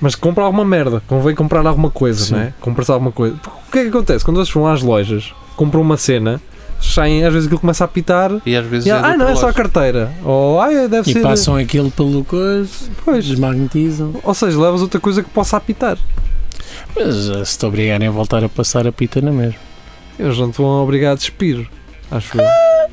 Speaker 1: Mas compra alguma merda, convém comprar alguma coisa,
Speaker 2: Sim.
Speaker 1: não é? Compras alguma coisa. Porque O que é que acontece? Quando vocês vão às lojas, compram uma cena, saem, às vezes aquilo começa a pitar
Speaker 3: E às vezes.
Speaker 1: E
Speaker 3: é
Speaker 1: ela,
Speaker 3: de
Speaker 1: ah, não, é
Speaker 3: outra
Speaker 1: só a
Speaker 3: loja."
Speaker 1: carteira. Ou, ah, deve
Speaker 2: E
Speaker 1: ser.
Speaker 2: passam aquilo pelo coiso,
Speaker 1: Pois.
Speaker 2: desmagnetizam.
Speaker 1: Ou seja, levas outra coisa que possa apitar.
Speaker 2: Mas eh, se te obrigarem a voltar a passar a pita na mesma.
Speaker 1: Eles não te vão obrigar a despir. Acho eu.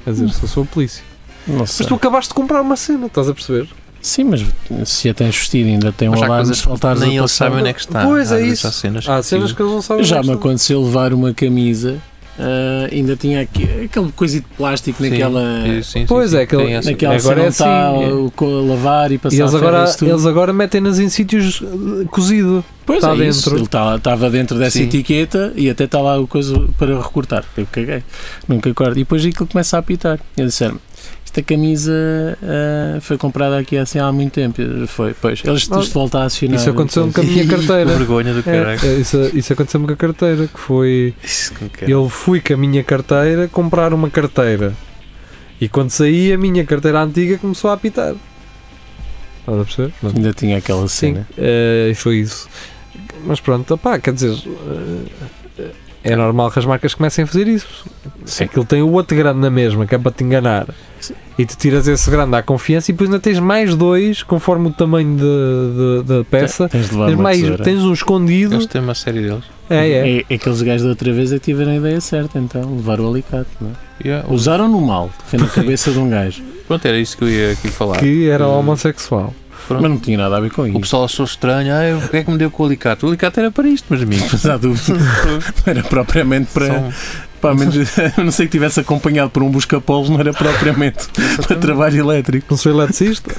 Speaker 1: Quer dizer, sou, sou a polícia.
Speaker 2: Não
Speaker 1: Mas
Speaker 2: sei.
Speaker 1: tu acabaste de comprar uma cena, estás a perceber?
Speaker 2: Sim, mas se até vestir ainda tem um
Speaker 3: Mas há
Speaker 2: alarme,
Speaker 3: coisas
Speaker 2: se faltares
Speaker 3: Nem
Speaker 2: a
Speaker 3: eles
Speaker 2: passar,
Speaker 3: sabem onde é que está.
Speaker 1: Pois, é
Speaker 3: Às vezes
Speaker 1: isso.
Speaker 3: Há cenas
Speaker 1: Há cenas
Speaker 3: precisam.
Speaker 1: que eles não sabem.
Speaker 2: Já
Speaker 1: onde
Speaker 2: me
Speaker 1: estão.
Speaker 2: aconteceu levar uma camisa ah, ainda tinha aqui, aquele coisa de plástico
Speaker 3: Sim,
Speaker 2: naquela,
Speaker 3: e- sim, sim,
Speaker 1: Pois
Speaker 3: sim,
Speaker 1: é, aquele-
Speaker 3: tem essa-
Speaker 2: naquela
Speaker 1: Agora
Speaker 2: cena
Speaker 1: é
Speaker 2: onde está
Speaker 1: assim,
Speaker 2: o co- a lavar e passar
Speaker 1: E eles
Speaker 2: a ferro,
Speaker 1: agora,
Speaker 2: isso tudo.
Speaker 1: eles agora metem-nas em sítios eh, cozido.
Speaker 2: pois
Speaker 1: está
Speaker 2: é isso,
Speaker 1: dentro.
Speaker 2: ele tá- estava dentro dessa
Speaker 3: Sim.
Speaker 2: etiqueta e até está lá o coisa para recortar. Eu caguei, nunca corto. E depois aquilo começa a apitar. E eles disseram: Esta camisa ah, foi comprada aqui assim há muito tempo. Eu, Foi, pois. Eles
Speaker 1: Não,
Speaker 2: isto volta a acionar.
Speaker 1: isso aconteceu um com a
Speaker 2: depois.
Speaker 1: minha
Speaker 3: Que
Speaker 1: carteira.
Speaker 3: vergonha do
Speaker 1: É,
Speaker 3: caralho.
Speaker 1: é, isso, isso aconteceu-me com a carteira, que foi.
Speaker 3: Isso que me quer.
Speaker 1: Eu fui com a minha carteira comprar uma carteira. E quando saí, a minha carteira antiga começou a apitar. Estás a perceber? Não.
Speaker 2: Ainda tinha aquela
Speaker 1: Sim,
Speaker 2: cena.
Speaker 1: eh, e foi isso. Mas pronto, opá, quer dizer, eh, é normal que as marcas comecem a fazer isso.
Speaker 2: Sim.
Speaker 1: Aquilo tem o outro grande na mesma, que é para te enganar.
Speaker 2: Sim.
Speaker 1: E tu tiras esse grande à confiança e depois ainda tens mais dois, conforme o tamanho de- de- da peça.
Speaker 2: Tens de levar
Speaker 1: Tens,
Speaker 2: uma
Speaker 1: mais,
Speaker 2: tesoura.
Speaker 1: tens um escondido.
Speaker 3: Eles têm uma série deles.
Speaker 1: É, é.
Speaker 2: É- Aqueles gajos da outra vez é que tiveram a ideia certa, então. Levaram o alicate, não é?
Speaker 3: Yeah, o-
Speaker 2: Usaram no mal. Foi na cabeça de um gajo.
Speaker 3: Pronto, era isso que eu ia aqui
Speaker 2: é.
Speaker 3: falar.
Speaker 1: Que era
Speaker 3: Hum.
Speaker 1: homossexual.
Speaker 2: Mas não tinha nada a ver com
Speaker 3: O
Speaker 2: isso.
Speaker 3: pessoal achou estranho, ah, o que é que me deu com o alicate? O alicate era para isto, meus amigos.
Speaker 2: Mas há dúvida. Não era propriamente para.
Speaker 3: São-
Speaker 1: um
Speaker 2: Pá, menos, a não ser que tivesse acompanhado por um busca-polos, não era propriamente para trabalho elétrico.
Speaker 1: Não sou eletricista.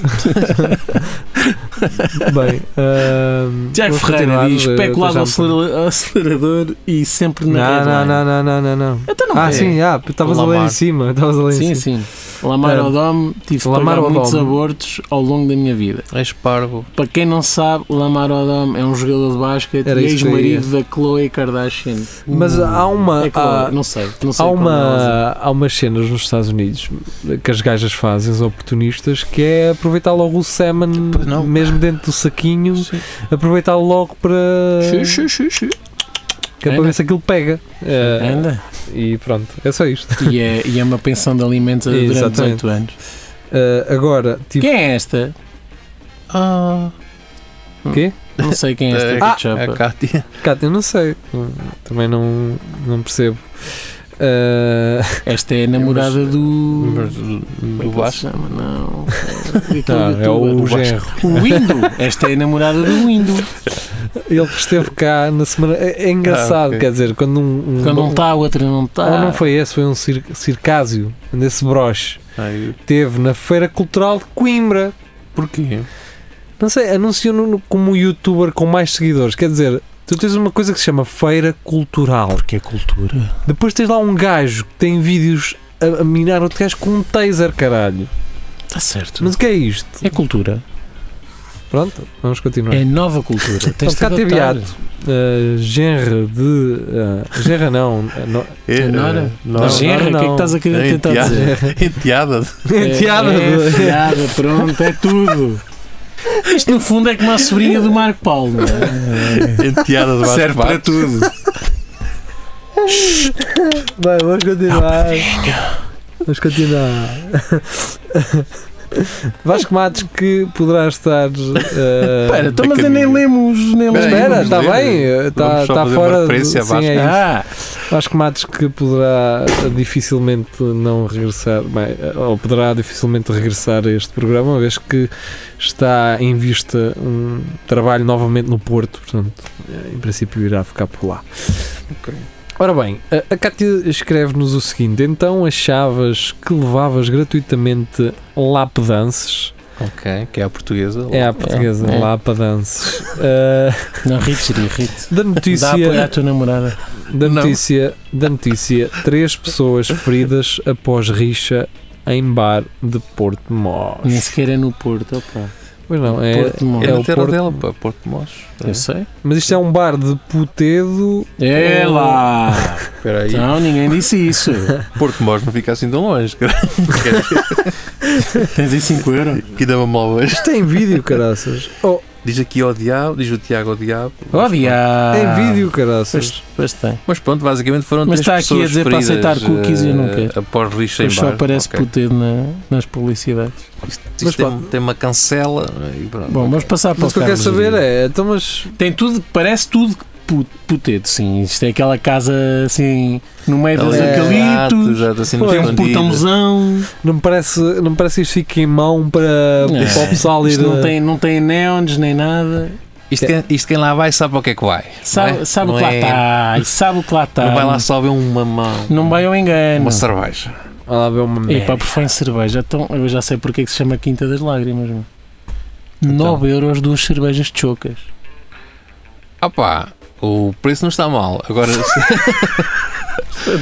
Speaker 1: Bem, ahm,
Speaker 2: Tiago
Speaker 1: vamos
Speaker 2: Ferreira
Speaker 1: continuar,
Speaker 2: diz:
Speaker 1: eh,
Speaker 2: especulado ao
Speaker 1: deixámos-
Speaker 2: acelera- acelerador e sempre na
Speaker 1: Não, não,
Speaker 2: headline."
Speaker 1: não, não, não, não, não.
Speaker 2: Então não
Speaker 1: Ah,
Speaker 2: é.
Speaker 1: sim, ah, estavas a ler em
Speaker 3: Lamar.
Speaker 1: cima. Estavas a ler em
Speaker 2: Sim,
Speaker 1: cima.
Speaker 2: sim. Lamar
Speaker 1: Era-
Speaker 2: Odom, tive de
Speaker 1: Lamar
Speaker 2: pagar muitos
Speaker 1: Odom.
Speaker 2: abortos ao longo da minha vida.
Speaker 3: És parvo.
Speaker 2: Para quem não sabe, Lamar Odom é um jogador de basquete
Speaker 1: Era
Speaker 2: e
Speaker 1: isso que eu
Speaker 2: ex-marido da Chloe Kardashian.
Speaker 1: Mas há uma.
Speaker 2: É Khloe,
Speaker 1: há-
Speaker 2: não sei, é não sei
Speaker 1: ah, Há,
Speaker 2: como ela
Speaker 1: uma, há umas cenas nos Estados Unidos que as gajas fazem, as oportunistas, que é aproveitar logo o semen,
Speaker 3: Pois não.
Speaker 1: mesmo dentro do saquinho,
Speaker 3: Sim.
Speaker 1: aproveitar logo para.
Speaker 2: usa. Xu, xu, xu, xu.
Speaker 1: que é para
Speaker 2: Anda.
Speaker 1: ver se aquilo pega. É,
Speaker 2: Anda.
Speaker 1: e pronto, é só isto.
Speaker 2: E é, e é uma pensão de alimentos durante
Speaker 1: Exatamente.
Speaker 2: 18 anos.
Speaker 1: É, agora, tipo.
Speaker 2: Quem é esta?
Speaker 3: Ah,
Speaker 2: Não sei quem é esta
Speaker 3: é,
Speaker 2: ah,
Speaker 3: a Cátia.
Speaker 1: Cátia, não sei. Hum, Também não, não percebo. É,
Speaker 2: Esta é a namorada do.
Speaker 3: Mas do-
Speaker 2: Como
Speaker 3: Do
Speaker 2: é que ele se
Speaker 3: baixo.
Speaker 2: chama? Não.
Speaker 1: não,
Speaker 2: Aquele
Speaker 1: é
Speaker 2: youtuber.
Speaker 1: o
Speaker 2: Vasco.
Speaker 1: genro.
Speaker 2: O Windu. Esta é a namorada do Windu.
Speaker 1: Ele que esteve cá na semana. É, é engraçado,
Speaker 3: Ah, ok.
Speaker 1: quer dizer, quando um. um-
Speaker 2: Quando um está, a outra não está.
Speaker 1: Ou não foi esse, foi um cir circásio, nesse broche.
Speaker 2: Ah,
Speaker 3: Ai,
Speaker 1: Teve na Feira Cultural de Coimbra.
Speaker 3: porquê?
Speaker 1: Não sei, anunciou no- como o youtuber com mais seguidores. Quer dizer, tu tens uma coisa que se chama Feira Cultural.
Speaker 2: Porque é cultura.
Speaker 1: Depois tens lá um gajo que tem vídeos a, a minar outro gajo com um taser, caralho.
Speaker 2: Está Tá certo.
Speaker 1: Mas o que é isto?
Speaker 2: É cultura.
Speaker 1: Pronto, vamos continuar.
Speaker 2: É nova cultura. Tens
Speaker 1: Então,
Speaker 2: de
Speaker 1: cá teve
Speaker 2: adaptar.
Speaker 1: hiato. Uh, genre de. Uh, genra não. eh, no-
Speaker 3: É,
Speaker 2: Nora?
Speaker 3: eh,
Speaker 2: Não,
Speaker 3: Nora.
Speaker 1: Mas
Speaker 2: Gerra, o que é que
Speaker 1: não.
Speaker 2: estás a querer
Speaker 3: É
Speaker 2: tentar
Speaker 3: enteada.
Speaker 2: dizer?
Speaker 3: Enteada.
Speaker 1: é, piada
Speaker 2: é,
Speaker 1: de-
Speaker 2: piada, pronto, é tudo. Isto no fundo é como a sobrinha do Marco Paulo. não é?
Speaker 3: Enteada de baixo.
Speaker 2: Serve para tudo.
Speaker 1: Vai, vamos continuar. Vamos continuar. Vasco Matos, que poderá estar. eh,
Speaker 2: Espera, então, mas eu
Speaker 3: caminho.
Speaker 2: nem lemos, nem
Speaker 3: é Espera,
Speaker 2: lemos.
Speaker 1: Espera,
Speaker 3: vamos
Speaker 1: está
Speaker 3: ler.
Speaker 1: bem, está
Speaker 3: Vamos só
Speaker 1: tá
Speaker 3: fazer uma
Speaker 1: fora. do-
Speaker 3: referência a
Speaker 1: sim, é isso.
Speaker 2: Ah,
Speaker 1: Vasco Matos que poderá eh, dificilmente não regressar, bem, eh, ou poderá dificilmente regressar a este programa, uma vez que está em vista um trabalho novamente no Porto, portanto, eh, em princípio irá ficar por lá. Ora bem, eh, a, a Cátia escreve-nos o seguinte: então achavas que levavas gratuitamente lapedances?
Speaker 3: Ok, que é a portuguesa.
Speaker 1: É a portuguesa,
Speaker 2: é.
Speaker 1: lapedances. Eh,
Speaker 2: não, rite, rite.
Speaker 1: da
Speaker 2: Dá apoio à
Speaker 1: notícia.
Speaker 2: tua namorada.
Speaker 1: Da
Speaker 3: Não.
Speaker 1: notícia, da notícia, três pessoas feridas após rixa em bar de Porto
Speaker 2: Nem
Speaker 1: Mós.
Speaker 2: sequer é no Porto, opa.
Speaker 1: Pois não, é,
Speaker 2: Porto Mó.
Speaker 3: É
Speaker 1: é
Speaker 3: da
Speaker 1: o
Speaker 3: terra
Speaker 1: Porto.
Speaker 3: dela, pá, Porto Mós.
Speaker 2: Eu sei.
Speaker 1: mas isto é um bar de putedo.
Speaker 2: É lá!
Speaker 3: Espera aí.
Speaker 2: Não, Então, ninguém disse isso.
Speaker 3: Porto Mós não fica assim tão longe, cara.
Speaker 2: Tens aí 5 euros?
Speaker 3: Que dá-me mal hoje.
Speaker 1: Isto tem vídeo, caraças. Oh,
Speaker 3: Diz aqui ao diabo, diz o Tiago ao diabo.
Speaker 2: Oh, diabo!
Speaker 1: tem É vídeo,
Speaker 2: Pois,
Speaker 1: caraças.
Speaker 2: pois tem.
Speaker 3: Mas pronto, basicamente foram
Speaker 2: Mas
Speaker 3: três
Speaker 2: está
Speaker 3: pessoas
Speaker 2: aqui a dizer para
Speaker 3: feridas,
Speaker 2: aceitar cookies e eu não
Speaker 3: eh,
Speaker 2: quero.
Speaker 3: Após lixo em
Speaker 2: Mas
Speaker 3: bar.
Speaker 2: só aparece
Speaker 3: Ok.
Speaker 2: puteiro na- nas publicidades.
Speaker 3: Isto
Speaker 1: Mas
Speaker 3: tem,
Speaker 1: pronto.
Speaker 3: tem uma cancela né, e pronto.
Speaker 2: Tá Bom, vamos passar para
Speaker 1: Mas o que eu quero
Speaker 2: Carlos
Speaker 1: saber
Speaker 2: Dias.
Speaker 1: é, então, mas
Speaker 2: Tem tudo, parece tudo pu- putedo, sim. Isto é aquela casa assim, no meio dos
Speaker 3: Ali
Speaker 1: é,
Speaker 2: eucaliptos,
Speaker 3: já está assim
Speaker 2: tem um
Speaker 3: escondido.
Speaker 2: portãozão.
Speaker 1: não me parece, não me parece que isto fique em mão para,
Speaker 2: Não.
Speaker 1: para o pessoal ir. eh,
Speaker 2: Isto não
Speaker 1: a-
Speaker 2: tem, não tem neons nem nada.
Speaker 3: Isto, quem, isto quem lá vai sabe para o que é que vai.
Speaker 2: Sabe,
Speaker 3: não é?
Speaker 2: sabe
Speaker 3: Não
Speaker 2: o que lá
Speaker 3: é-
Speaker 2: está. e Sabe o que lá
Speaker 1: Tá.
Speaker 2: está.
Speaker 3: Não vai lá só ver uma mão.
Speaker 2: Não vai ao engano.
Speaker 3: Uma é? cerveja.
Speaker 1: Olha lá, vê uma
Speaker 2: E pá,
Speaker 1: merda.
Speaker 2: por falar em cerveja, então, eu já sei porque é que se chama Quinta das Lágrimas. Meu.
Speaker 3: Então.
Speaker 2: 9 euros duas cervejas de chocas.
Speaker 3: Ah pá, o preço não está mal. Agora, se,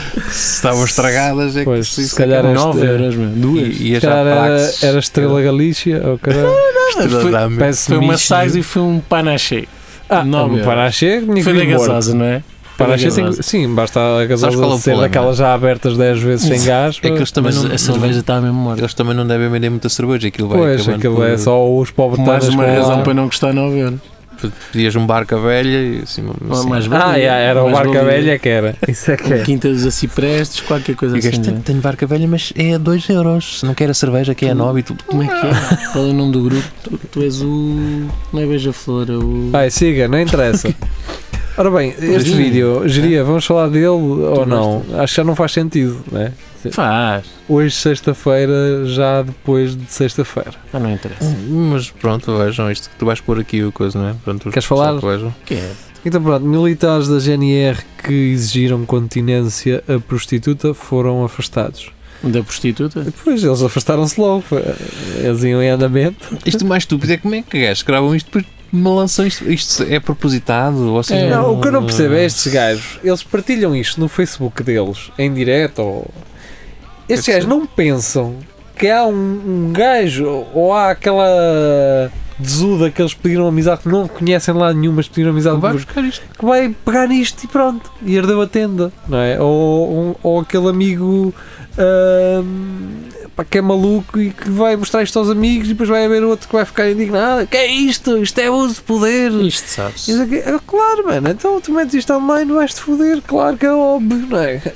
Speaker 3: se estavam estragadas, é
Speaker 1: Pois,
Speaker 3: que
Speaker 1: se calhar
Speaker 3: é
Speaker 1: este-
Speaker 2: 9 euros, meu. Duas.
Speaker 3: E, e
Speaker 1: Se
Speaker 3: a
Speaker 1: calhar era,
Speaker 3: Japrax,
Speaker 1: era Estrela Galícia, ou caralho.
Speaker 3: Estrela
Speaker 2: Foi-
Speaker 3: Damm.
Speaker 1: Parece
Speaker 2: Foi uma
Speaker 1: misto de-
Speaker 2: sais e foi um panache.
Speaker 1: Ah,
Speaker 2: Nove
Speaker 1: não,
Speaker 2: euros.
Speaker 1: para a chega, tinha que
Speaker 2: Foi
Speaker 1: ir
Speaker 2: da
Speaker 1: embora.
Speaker 2: gasosa, não é?
Speaker 1: Para as 150
Speaker 2: gasosa.
Speaker 1: sim, basta a gasolina
Speaker 3: qual é o
Speaker 1: ser
Speaker 3: problema?
Speaker 1: daquelas já abertas 10 vezes sem gás.
Speaker 3: É que eles também,
Speaker 2: Mas
Speaker 3: não,
Speaker 2: a cerveja está tá mesmo morta.
Speaker 3: eles também não devem vender muita cerveja. Aquilo vai
Speaker 1: Pois,
Speaker 3: acabando
Speaker 1: aquilo
Speaker 3: por-
Speaker 1: é só os
Speaker 2: Mais
Speaker 1: pobretanas
Speaker 2: uma
Speaker 1: com-
Speaker 2: razão para não gostar não ver.
Speaker 3: Pedias um barca velha e assim. assim.
Speaker 2: mais
Speaker 1: Ah,
Speaker 2: valia,
Speaker 1: yeah, era o
Speaker 2: mais
Speaker 1: barca
Speaker 2: valia.
Speaker 1: velha que era. Isso é que
Speaker 2: Um Quinta dos Aciprestes, qualquer coisa
Speaker 3: E
Speaker 2: assim.
Speaker 3: gasto,
Speaker 2: não é?
Speaker 3: tenho barca velha, mas é a 2 euros. Se não quer a cerveja, que é a 9 e tudo.
Speaker 2: Como é que é? Qual é o nome do grupo? Tu, tu és o. Não é Beija-Flor, é o.
Speaker 1: Ai, siga, não interessa. Ora bem, este
Speaker 2: Sim.
Speaker 1: vídeo, Geria, vamos falar dele ou não? Acho que já não faz sentido, né?
Speaker 2: Faz.
Speaker 1: Hoje, sexta-feira, já depois de sexta-feira.
Speaker 2: Ah, não interessa.
Speaker 3: Hum, Mas pronto, vejam isto que tu vais pôr aqui o coisa, não é? Pronto,
Speaker 1: Queres
Speaker 3: pessoal
Speaker 1: falar?
Speaker 3: que vejam.
Speaker 2: O que é?
Speaker 1: Então pronto, militares da GNR que exigiram continência a prostituta foram afastados.
Speaker 2: Da prostituta?
Speaker 1: Depois eles afastaram-se logo, foi- eles iam em andamento.
Speaker 3: Isto mais estúpido é como é que gajos gravam isto depois me lançam isto. Isto é propositado? Ou seja,
Speaker 2: É.
Speaker 1: Não, o que eu não percebo é estes gajos, eles partilham isto no Facebook deles, em direto ou... Estes
Speaker 3: Deve
Speaker 1: gajos não pensam que há um, um gajo ou há aquela desuda que eles pediram amizade que não conhecem lá nenhuma, mas pediram amizade
Speaker 3: Vai
Speaker 1: por-
Speaker 3: buscar isto.
Speaker 1: que vai pegar nisto e pronto, e herdeu a tenda, não é? Ou, ou, ou aquele amigo hum, pá, que é maluco e que vai mostrar isto aos amigos e depois vai haver outro que vai ficar indignado: que é isto? Isto é uso de poder.
Speaker 2: Isto sabes.
Speaker 1: Isso aqui- é claro, mano, então tu metes isto online, vais-te foder, claro que é óbvio, não é?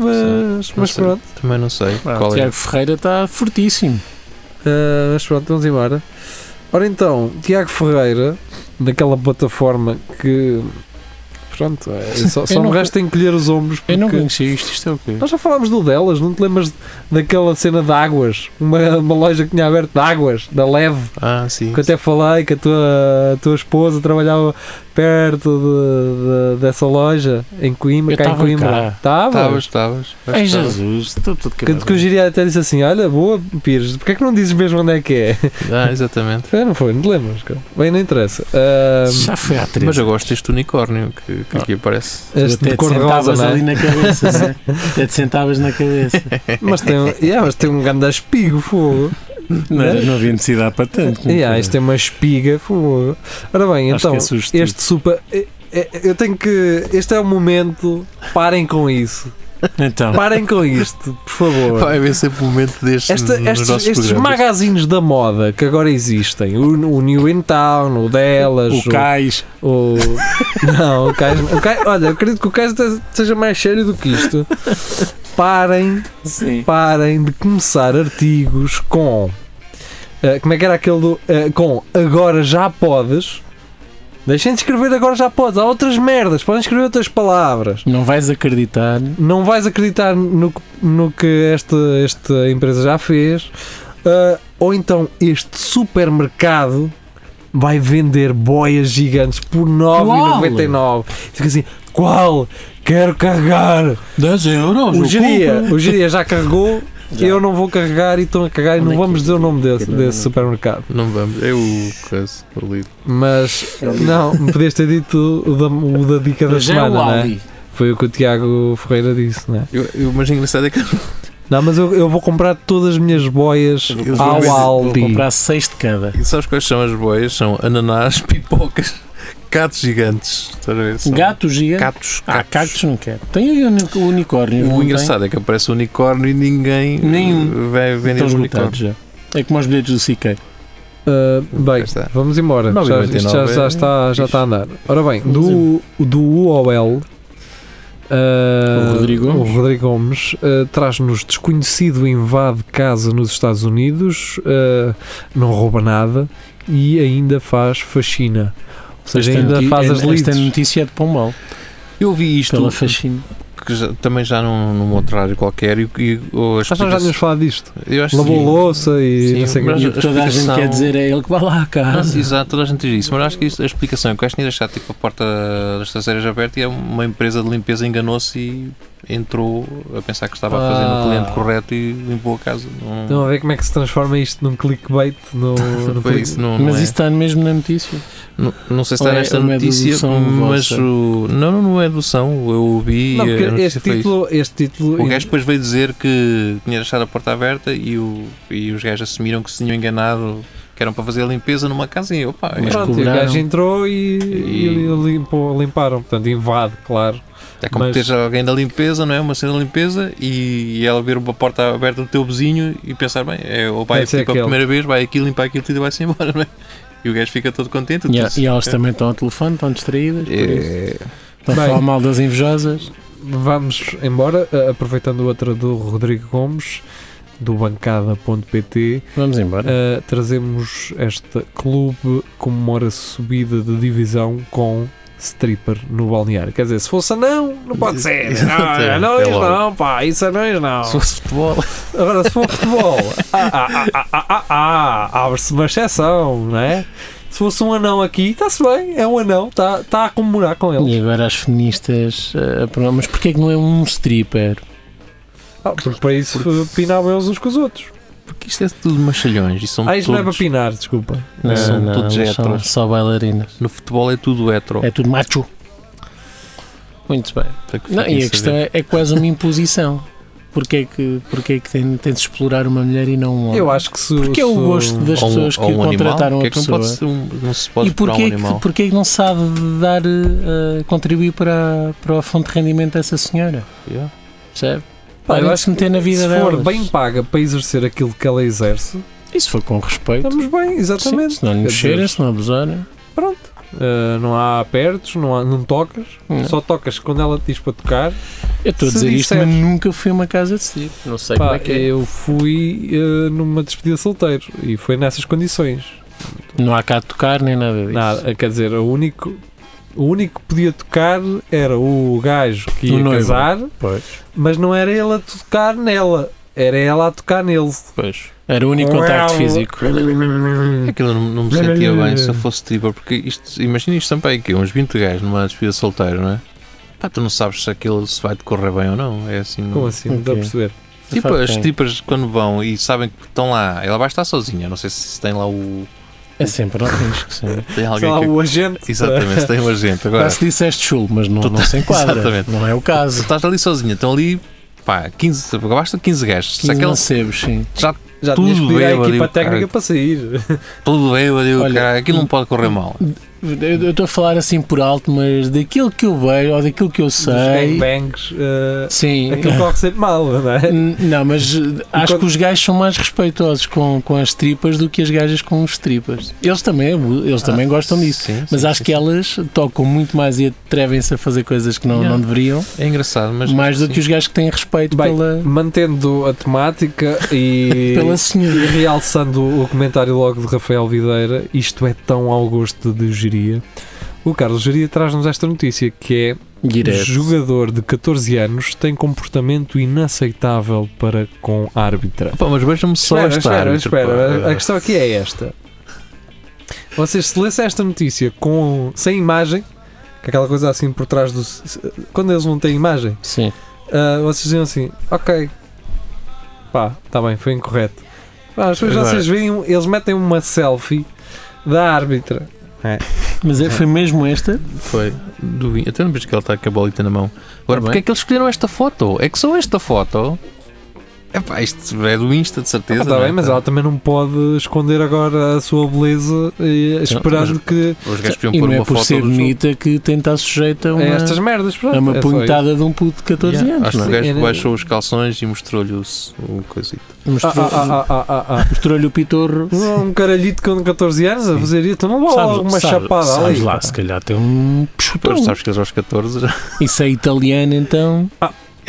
Speaker 1: Mas,
Speaker 3: Sim, não
Speaker 1: mas
Speaker 3: sei.
Speaker 1: pronto,
Speaker 3: Também não sei.
Speaker 2: Ah, o
Speaker 3: qual é?
Speaker 2: Tiago Ferreira está fortíssimo.
Speaker 1: Ah, mas pronto, vamos embora. Ora então, Tiago Ferreira, daquela plataforma que. Pronto, é, só, só
Speaker 2: Eu
Speaker 1: me
Speaker 2: não-
Speaker 1: resta encolher os ombros porque.
Speaker 2: Eu não conhecia isto, isto é o quê?
Speaker 1: Nós já falámos do delas, não te lembras daquela cena de águas? Uma, uma loja que tinha aberto de águas, da Leve,
Speaker 3: Ah, sim.
Speaker 1: que eu até falei que a tua, a tua esposa trabalhava perto de- de- dessa loja, em Coimbra,
Speaker 2: Eu
Speaker 1: cá em
Speaker 2: tava
Speaker 1: Coimbra.
Speaker 2: cá.
Speaker 1: Estava?
Speaker 3: Estavas, estavas.
Speaker 2: Ai Jesus, estou todo
Speaker 1: Que, que o Giria até disse assim: Olha, boa, Pires, porque é que não dizes mesmo onde é que é?
Speaker 3: Ah, exatamente.
Speaker 1: Foi, É, não foi? Não te lembras? cara? Bem, não interessa. Ahm,
Speaker 2: Já foi há três.
Speaker 3: Mas eu gosto deste unicórnio que, que aqui aparece.
Speaker 2: Tu
Speaker 1: este
Speaker 2: até
Speaker 1: de
Speaker 2: te
Speaker 1: cor de rosa,
Speaker 2: sentavas
Speaker 1: não é?
Speaker 2: ali né? na cabeça, Zé. até te sentavas na cabeça.
Speaker 1: mas, tem, um- yeah, mas tem um grande espigo, fogo.
Speaker 2: Não, era- não havia necessidade para tanto. como
Speaker 1: Yeah,
Speaker 2: que-
Speaker 1: isto é uma espiga, fogo. Ora bem,
Speaker 2: acho
Speaker 1: então,
Speaker 2: que é sugestivo.
Speaker 1: este super. é- é- Eu tenho que. Este é o momento. Parem com isso.
Speaker 2: Então,
Speaker 1: Parem com isto, por favor.
Speaker 3: Vai haver sempre um momento deste
Speaker 1: Esta-
Speaker 3: nos
Speaker 1: estes
Speaker 3: nossos
Speaker 1: estes
Speaker 3: programas.
Speaker 1: magazinhos da moda que agora existem, o, o New In Town, o Delas,
Speaker 2: o cais.
Speaker 1: O... Não, o Cais... o Cais- Olha, eu acredito que o Cais te- seja mais sério do que isto. Parem,
Speaker 2: Sim.
Speaker 1: parem de começar artigos com... eh, como é que era aquele do... eh, com agora já podes... Deixem de escrever agora já podes. Há outras merdas. Podem escrever outras palavras.
Speaker 2: Não vais acreditar.
Speaker 1: Não vais acreditar no, que- no que esta, esta empresa já fez. Eh, ou então este supermercado vai vender boias gigantes por 9,99. Fica assim, qual? Quero carregar.
Speaker 2: 10 euros.
Speaker 1: O Geria, o Geria já carregou,
Speaker 2: Já.
Speaker 1: eu não vou carregar e estão a carregar e
Speaker 2: Onde
Speaker 1: não
Speaker 2: é que
Speaker 1: vamos
Speaker 2: eu
Speaker 1: dizer o nome desse,
Speaker 2: que não-
Speaker 1: desse supermercado.
Speaker 3: Não vamos. É o caso. O livro.
Speaker 1: Mas não, me podias ter dito o da, o da dica da
Speaker 2: É Já é
Speaker 1: semana,
Speaker 2: o
Speaker 1: não é?
Speaker 2: Ali.
Speaker 1: Foi o que o Tiago Ferreira disse, não é?
Speaker 3: Eu, eu, mas engraçado é que
Speaker 1: Não, mas eu, eu vou comprar todas as minhas boias
Speaker 2: Eu vou-
Speaker 1: ao
Speaker 2: Vou
Speaker 1: Aldi.
Speaker 2: comprar 6 de cada.
Speaker 3: E sabes quais são as boias? São ananás, pipocas, gatos gigantes. Estás a ver? São
Speaker 2: Gato gigante.
Speaker 3: Catos.
Speaker 2: Ah,
Speaker 3: catos.
Speaker 2: cactos não quero. Tem o uni- o unicórnio. não
Speaker 3: O
Speaker 2: tem?
Speaker 3: engraçado é que aparece um unicórnio e ninguém
Speaker 2: Nenhum.
Speaker 3: vai vender
Speaker 2: Estão
Speaker 3: um
Speaker 2: esgotados
Speaker 3: unicórnio.
Speaker 2: já. É como os bilhetes do Siquei.
Speaker 1: Ah,
Speaker 3: Cá
Speaker 1: bem,
Speaker 3: está.
Speaker 1: vamos embora. Já,
Speaker 3: 9,99
Speaker 1: isto já, já,
Speaker 3: é
Speaker 1: está, já
Speaker 3: fixe.
Speaker 1: está a andar. Ora bem,
Speaker 2: Vamos
Speaker 1: do, do UOL. ah,
Speaker 2: O Rodrigo
Speaker 1: o
Speaker 2: Gomes.
Speaker 1: Rodrigo Gomes, ah, traz-nos desconhecido invade casa nos Estados Unidos, ah, não rouba nada e ainda faz faxina. Ou seja,
Speaker 2: Esta
Speaker 1: ainda
Speaker 2: noti-
Speaker 1: faz as
Speaker 2: esta
Speaker 1: leads.
Speaker 2: notícia é de Pombal.
Speaker 3: Eu vi isto
Speaker 2: Pela faxina.
Speaker 3: que já- também já num, num outro horário qualquer e, e ou a
Speaker 1: Acho que nós
Speaker 3: explicação-
Speaker 1: já tínhamos falado disto.
Speaker 3: eu acho que
Speaker 1: Lavou
Speaker 3: sim.
Speaker 1: louça e
Speaker 3: Sim,
Speaker 1: não sei o quê.
Speaker 3: Mas
Speaker 2: E o que
Speaker 3: a
Speaker 2: toda a gente
Speaker 3: explicação-
Speaker 2: quer dizer é ele que vai lá à
Speaker 3: Ah,
Speaker 2: casa.
Speaker 3: exato, toda a gente diz isso, mas acho que isso- a explicação é que o gajo tinha deixado tipo, a porta das traseiras é aberta e uma empresa de limpeza enganou-se e entrou a pensar que estava a fazer
Speaker 1: Ah.
Speaker 3: no cliente correto e limpou a casa. Não,
Speaker 1: Estão a ver como é que se transforma isto num clickbait no, no
Speaker 3: foi
Speaker 1: click-
Speaker 3: isso, não,
Speaker 2: Mas
Speaker 3: não é.
Speaker 2: isso está mesmo na notícia.
Speaker 3: Não, não sei se está
Speaker 2: Ou é-
Speaker 3: nesta
Speaker 2: ou não é
Speaker 3: notícia,
Speaker 2: dedução
Speaker 3: mas
Speaker 2: vossa?
Speaker 3: o. Não, não, não é dedução. Eu ouvi.
Speaker 1: Não,
Speaker 3: a
Speaker 1: porque
Speaker 3: notícia
Speaker 1: este
Speaker 3: foi isso.
Speaker 1: título, este título.
Speaker 3: O gajo depois veio dizer que tinha deixado a porta aberta e, o, e os gajos assumiram que se tinham enganado, que eram para fazer a limpeza numa casinha. Opa,
Speaker 2: Mas
Speaker 3: é,
Speaker 1: Pronto, e o
Speaker 2: cobraram.
Speaker 1: gajo entrou e,
Speaker 3: E-
Speaker 1: e limpou, limparam. Portanto, invade, claro.
Speaker 3: é como
Speaker 1: mas-
Speaker 3: teres alguém da limpeza, não é? Uma cena de limpeza e, ela ver uma porta aberta do teu vizinho e pensar, bem, é, ou vai
Speaker 1: Deve ser
Speaker 3: aqui pela
Speaker 1: aquele.
Speaker 3: primeira vez, vai aqui limpar aquilo tudo e vai-se embora, não é? E o gajo fica todo contente.
Speaker 2: E, a-
Speaker 3: tudo-
Speaker 2: e elas também estão ao telefone, estão distraídas, por isso.
Speaker 3: É,
Speaker 2: estão a
Speaker 1: Bem.
Speaker 2: falar mal das invejosas.
Speaker 1: Vamos embora, a- aproveitando outra do Rodrigo Gomes, do bancada.pt,
Speaker 2: Vamos embora.
Speaker 1: eh, trazemos esta clube comemora subida de divisão com stripper no balneário. Quer dizer, se fosse não, não pode ser.
Speaker 3: Exato, é.
Speaker 1: Não, não,
Speaker 3: É
Speaker 1: isso
Speaker 3: logo.
Speaker 1: não, pá, isso não, isso não.
Speaker 3: Se fosse futebol,
Speaker 1: Agora, se for futebol, ah, ah, ah, ah, ah, ah, ah, abre-se uma exceção, não é? Se fosse um anão aqui, está-se bem, é um anão, está está a comemorar com ele.
Speaker 2: E agora as feministas eh, a perguntar, mas porquê é que não é um stripper?
Speaker 1: Ah, porque para isso pinavam eles uns com os outros.
Speaker 3: porque isto é tudo machalhões. E são
Speaker 1: Ah, isto não é para
Speaker 3: todos-
Speaker 1: pinar, desculpa.
Speaker 2: Não,
Speaker 3: São
Speaker 2: não,
Speaker 3: todos
Speaker 2: elas são
Speaker 3: héteros.
Speaker 2: só bailarinas.
Speaker 3: no futebol é tudo hetero.
Speaker 2: É tudo macho. Muito bem.
Speaker 3: Para que
Speaker 2: Não,
Speaker 3: fiquem
Speaker 2: e a
Speaker 3: saber.
Speaker 2: questão é, é quase uma imposição. Porquê é que, porquê é que tem, tem de se explorar uma mulher e não um homem?
Speaker 1: Eu acho que se.
Speaker 2: Porque é o
Speaker 1: se-
Speaker 2: gosto das
Speaker 3: Ou um-
Speaker 2: pessoas que
Speaker 3: ou um animal?
Speaker 2: contrataram
Speaker 3: Porque
Speaker 2: a
Speaker 3: é que não
Speaker 2: pessoa.
Speaker 3: pode ser um- não se pode esperar
Speaker 2: E
Speaker 3: um
Speaker 2: porquê, é que,
Speaker 3: animal?
Speaker 2: porquê é que não sabe dar, eh, eh, contribuir para, para a fonte de rendimento dessa senhora?
Speaker 3: Yeah.
Speaker 2: Percebe?
Speaker 1: Pá, eu
Speaker 2: Podem
Speaker 1: acho
Speaker 2: se meter na vida
Speaker 1: Se for
Speaker 2: delas.
Speaker 1: bem paga para exercer aquilo que ela exerce,
Speaker 2: E se for com respeito,
Speaker 1: estamos bem,
Speaker 2: sim,
Speaker 1: exatamente.
Speaker 2: se não lhe
Speaker 1: Quer
Speaker 2: mexerem,
Speaker 1: dizer, é-
Speaker 2: se não abusarem.
Speaker 1: Pronto. Ah, não há apertos, não, há, não tocas,
Speaker 2: Não.
Speaker 1: só tocas quando ela te diz para tocar.
Speaker 2: Eu estou a
Speaker 1: Se
Speaker 2: dizer isto, mas
Speaker 1: disseres-
Speaker 2: nunca fui a uma casa de tipo. Não sei como
Speaker 1: Pá,
Speaker 2: é que é.
Speaker 1: eu fui ah, numa despedida de solteiro e foi nessas condições.
Speaker 2: Não há cá de tocar nem nada disso.
Speaker 1: Nada, eh, quer dizer, o único, o único que podia tocar era o gajo que
Speaker 2: O
Speaker 1: ia
Speaker 2: noivo.
Speaker 1: casar,
Speaker 2: Pois,
Speaker 1: mas não era ele a tocar nela, era ela a tocar nele.
Speaker 2: pois. Era o único contacto físico.
Speaker 3: Aquilo não, não me sentia bem se eu fosse stripper, porque isto, imagina isto também, que é uns 20 gajos numa despedida solteira, não é? Pá, tu não sabes se aquilo se vai decorrer bem ou não, é assim.
Speaker 1: Como assim? Não estou a
Speaker 2: Ok.
Speaker 1: perceber.
Speaker 3: Tipo,
Speaker 2: Faz
Speaker 3: as
Speaker 2: bem.
Speaker 3: strippers quando vão e sabem que estão lá, ela vai estar sozinha, não sei se tem lá o.
Speaker 2: É sempre, não tens que ser.
Speaker 3: Tem
Speaker 1: Sei
Speaker 3: alguém
Speaker 1: lá,
Speaker 3: que.
Speaker 1: o agente.
Speaker 3: Exatamente, se tem um agente. Agora,
Speaker 2: Já se disseste chulo, mas não,
Speaker 3: Tu
Speaker 2: não se enquadra.
Speaker 3: Exatamente.
Speaker 2: Não é o
Speaker 3: se
Speaker 2: caso.
Speaker 3: estás ali sozinha, estão ali, pá, 15, basta 15 gajos. se
Speaker 2: 15
Speaker 3: aquela
Speaker 2: mancebos, sim.
Speaker 1: Já
Speaker 3: Tudo
Speaker 1: tinhas pedido à
Speaker 3: bêbado e
Speaker 2: um
Speaker 1: equipa
Speaker 3: o caralho.
Speaker 1: técnica para sair.
Speaker 3: tudo bem, é, eu digo,
Speaker 2: Olha,
Speaker 3: cara, aquilo não pode correr mal.
Speaker 2: Eu eu estou a falar assim por alto, mas daquilo que eu vejo ou daquilo que eu sei.
Speaker 1: Gangbangs. Uh,
Speaker 2: Sim.
Speaker 1: aquilo corre sempre mal, não é?
Speaker 2: N- Não, mas eh, acho
Speaker 1: quando-
Speaker 2: que os gajos são mais respeitosos com, com as tripas do que as gajas com os tripas. Eles também, abu- eles também gostam disso.
Speaker 3: Ah, Sim,
Speaker 2: Mas
Speaker 3: sim,
Speaker 2: acho
Speaker 3: sim,
Speaker 2: que elas tocam muito mais e atrevem-se a fazer coisas que não,
Speaker 3: Yeah.
Speaker 2: não deveriam,
Speaker 3: É engraçado, mas.
Speaker 2: mais do
Speaker 3: sim.
Speaker 2: que os gajos que têm respeito
Speaker 1: Bem,
Speaker 2: pela,
Speaker 1: Mantendo a temática e,
Speaker 2: pela
Speaker 1: e
Speaker 2: senhora.
Speaker 1: realçando o comentário logo de Rafael Videira, isto é tão ao gosto de Geria. O Carlos Geria traz-nos esta notícia que é
Speaker 2: Direto.
Speaker 1: jogador de 14 anos tem comportamento inaceitável para com a árbitra.
Speaker 3: Pá, mas vejam-me só
Speaker 1: Espera,
Speaker 3: esta
Speaker 1: espera,
Speaker 3: árbitra,
Speaker 1: espera.
Speaker 3: pá.
Speaker 1: A questão aqui é esta. Vocês se lessem esta notícia com, sem imagem, com aquela coisa assim por trás do. Quando eles não têm imagem,
Speaker 2: Sim.
Speaker 1: ah, vocês diziam assim, ok. Pá, está bem, foi incorreto. Pá, as pessoas já
Speaker 2: é.
Speaker 3: Agora-
Speaker 1: vocês veem, um, eles metem uma selfie da árbitra. Ah,
Speaker 2: Mas é, foi mesmo esta?
Speaker 3: Foi. Do vinho. Até não vejo que ele está com a bolita na mão. Agora,
Speaker 2: Tá
Speaker 3: porque
Speaker 2: bem.
Speaker 3: é que eles escolheram esta foto? É que só esta foto. É pá, isto é do Insta, de certeza.
Speaker 1: Está
Speaker 3: não é?
Speaker 1: tá bem, mas ela também não pode esconder agora a sua beleza eh, esperando que
Speaker 3: Os gajos podiam
Speaker 2: E
Speaker 3: pôr
Speaker 2: não é
Speaker 3: uma
Speaker 2: por
Speaker 3: foto.
Speaker 2: ser
Speaker 3: do É, jogo.
Speaker 2: bonita que tem de estar sujeita a uma,
Speaker 1: a estas merdas. Pronto,
Speaker 2: a uma
Speaker 1: é só
Speaker 2: punhetada de um puto de 14
Speaker 3: Yeah.
Speaker 2: anos.
Speaker 3: Acho que
Speaker 2: não
Speaker 3: o
Speaker 2: é?
Speaker 3: gajo
Speaker 1: Era-
Speaker 3: baixou os calções e mostrou-lhe o, s- o coisito.
Speaker 1: isso. Ah,
Speaker 2: Mostrou-
Speaker 1: ah, ah, ah, ah, ah.
Speaker 2: Mostrou-lhe o pitorro.
Speaker 1: Um caralhito com 14 anos a fazer isso, não vou
Speaker 2: Sabes-
Speaker 1: alguma
Speaker 2: sabes-
Speaker 1: chapada
Speaker 2: sabes
Speaker 1: ali.
Speaker 2: lá, se calhar tem um
Speaker 3: Tu
Speaker 2: chutão.
Speaker 3: sabes que eles aos 14 já.
Speaker 2: Isso é italiano, então.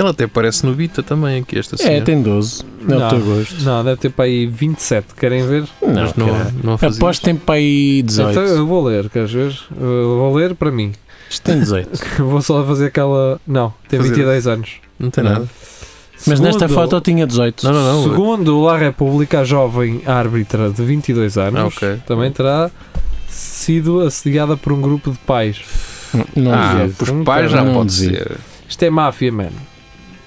Speaker 3: Ele até parece no Vita também, aqui esta
Speaker 2: É,
Speaker 3: senhora.
Speaker 2: tem 12. Não é
Speaker 1: Não.
Speaker 2: o teu gosto.
Speaker 1: Não, deve ter para aí 27, querem ver?
Speaker 2: Não,
Speaker 3: mas não,
Speaker 2: caralho.
Speaker 3: não fazia
Speaker 2: Aposto que tem para aí 18.
Speaker 1: Então eu vou ler, queres ver? Eu vou ler para mim.
Speaker 2: Isto tem 18.
Speaker 1: Vou só fazer aquela. Não, tem
Speaker 3: Fazer-
Speaker 1: 22 anos.
Speaker 3: isto. Não tem
Speaker 2: Não.
Speaker 3: nada.
Speaker 2: Mas nesta
Speaker 1: Segundo-
Speaker 2: foto eu tinha 18.
Speaker 3: Não, não, não.
Speaker 1: Segundo La República, a jovem árbitra de 22 anos
Speaker 3: Ah, ok.
Speaker 1: também terá sido assediada por um grupo de pais.
Speaker 2: Não
Speaker 3: ah,
Speaker 2: devia.
Speaker 3: os
Speaker 1: não
Speaker 3: pais já
Speaker 2: não
Speaker 3: pode
Speaker 2: devia.
Speaker 3: ser.
Speaker 1: Isto é máfia, mano.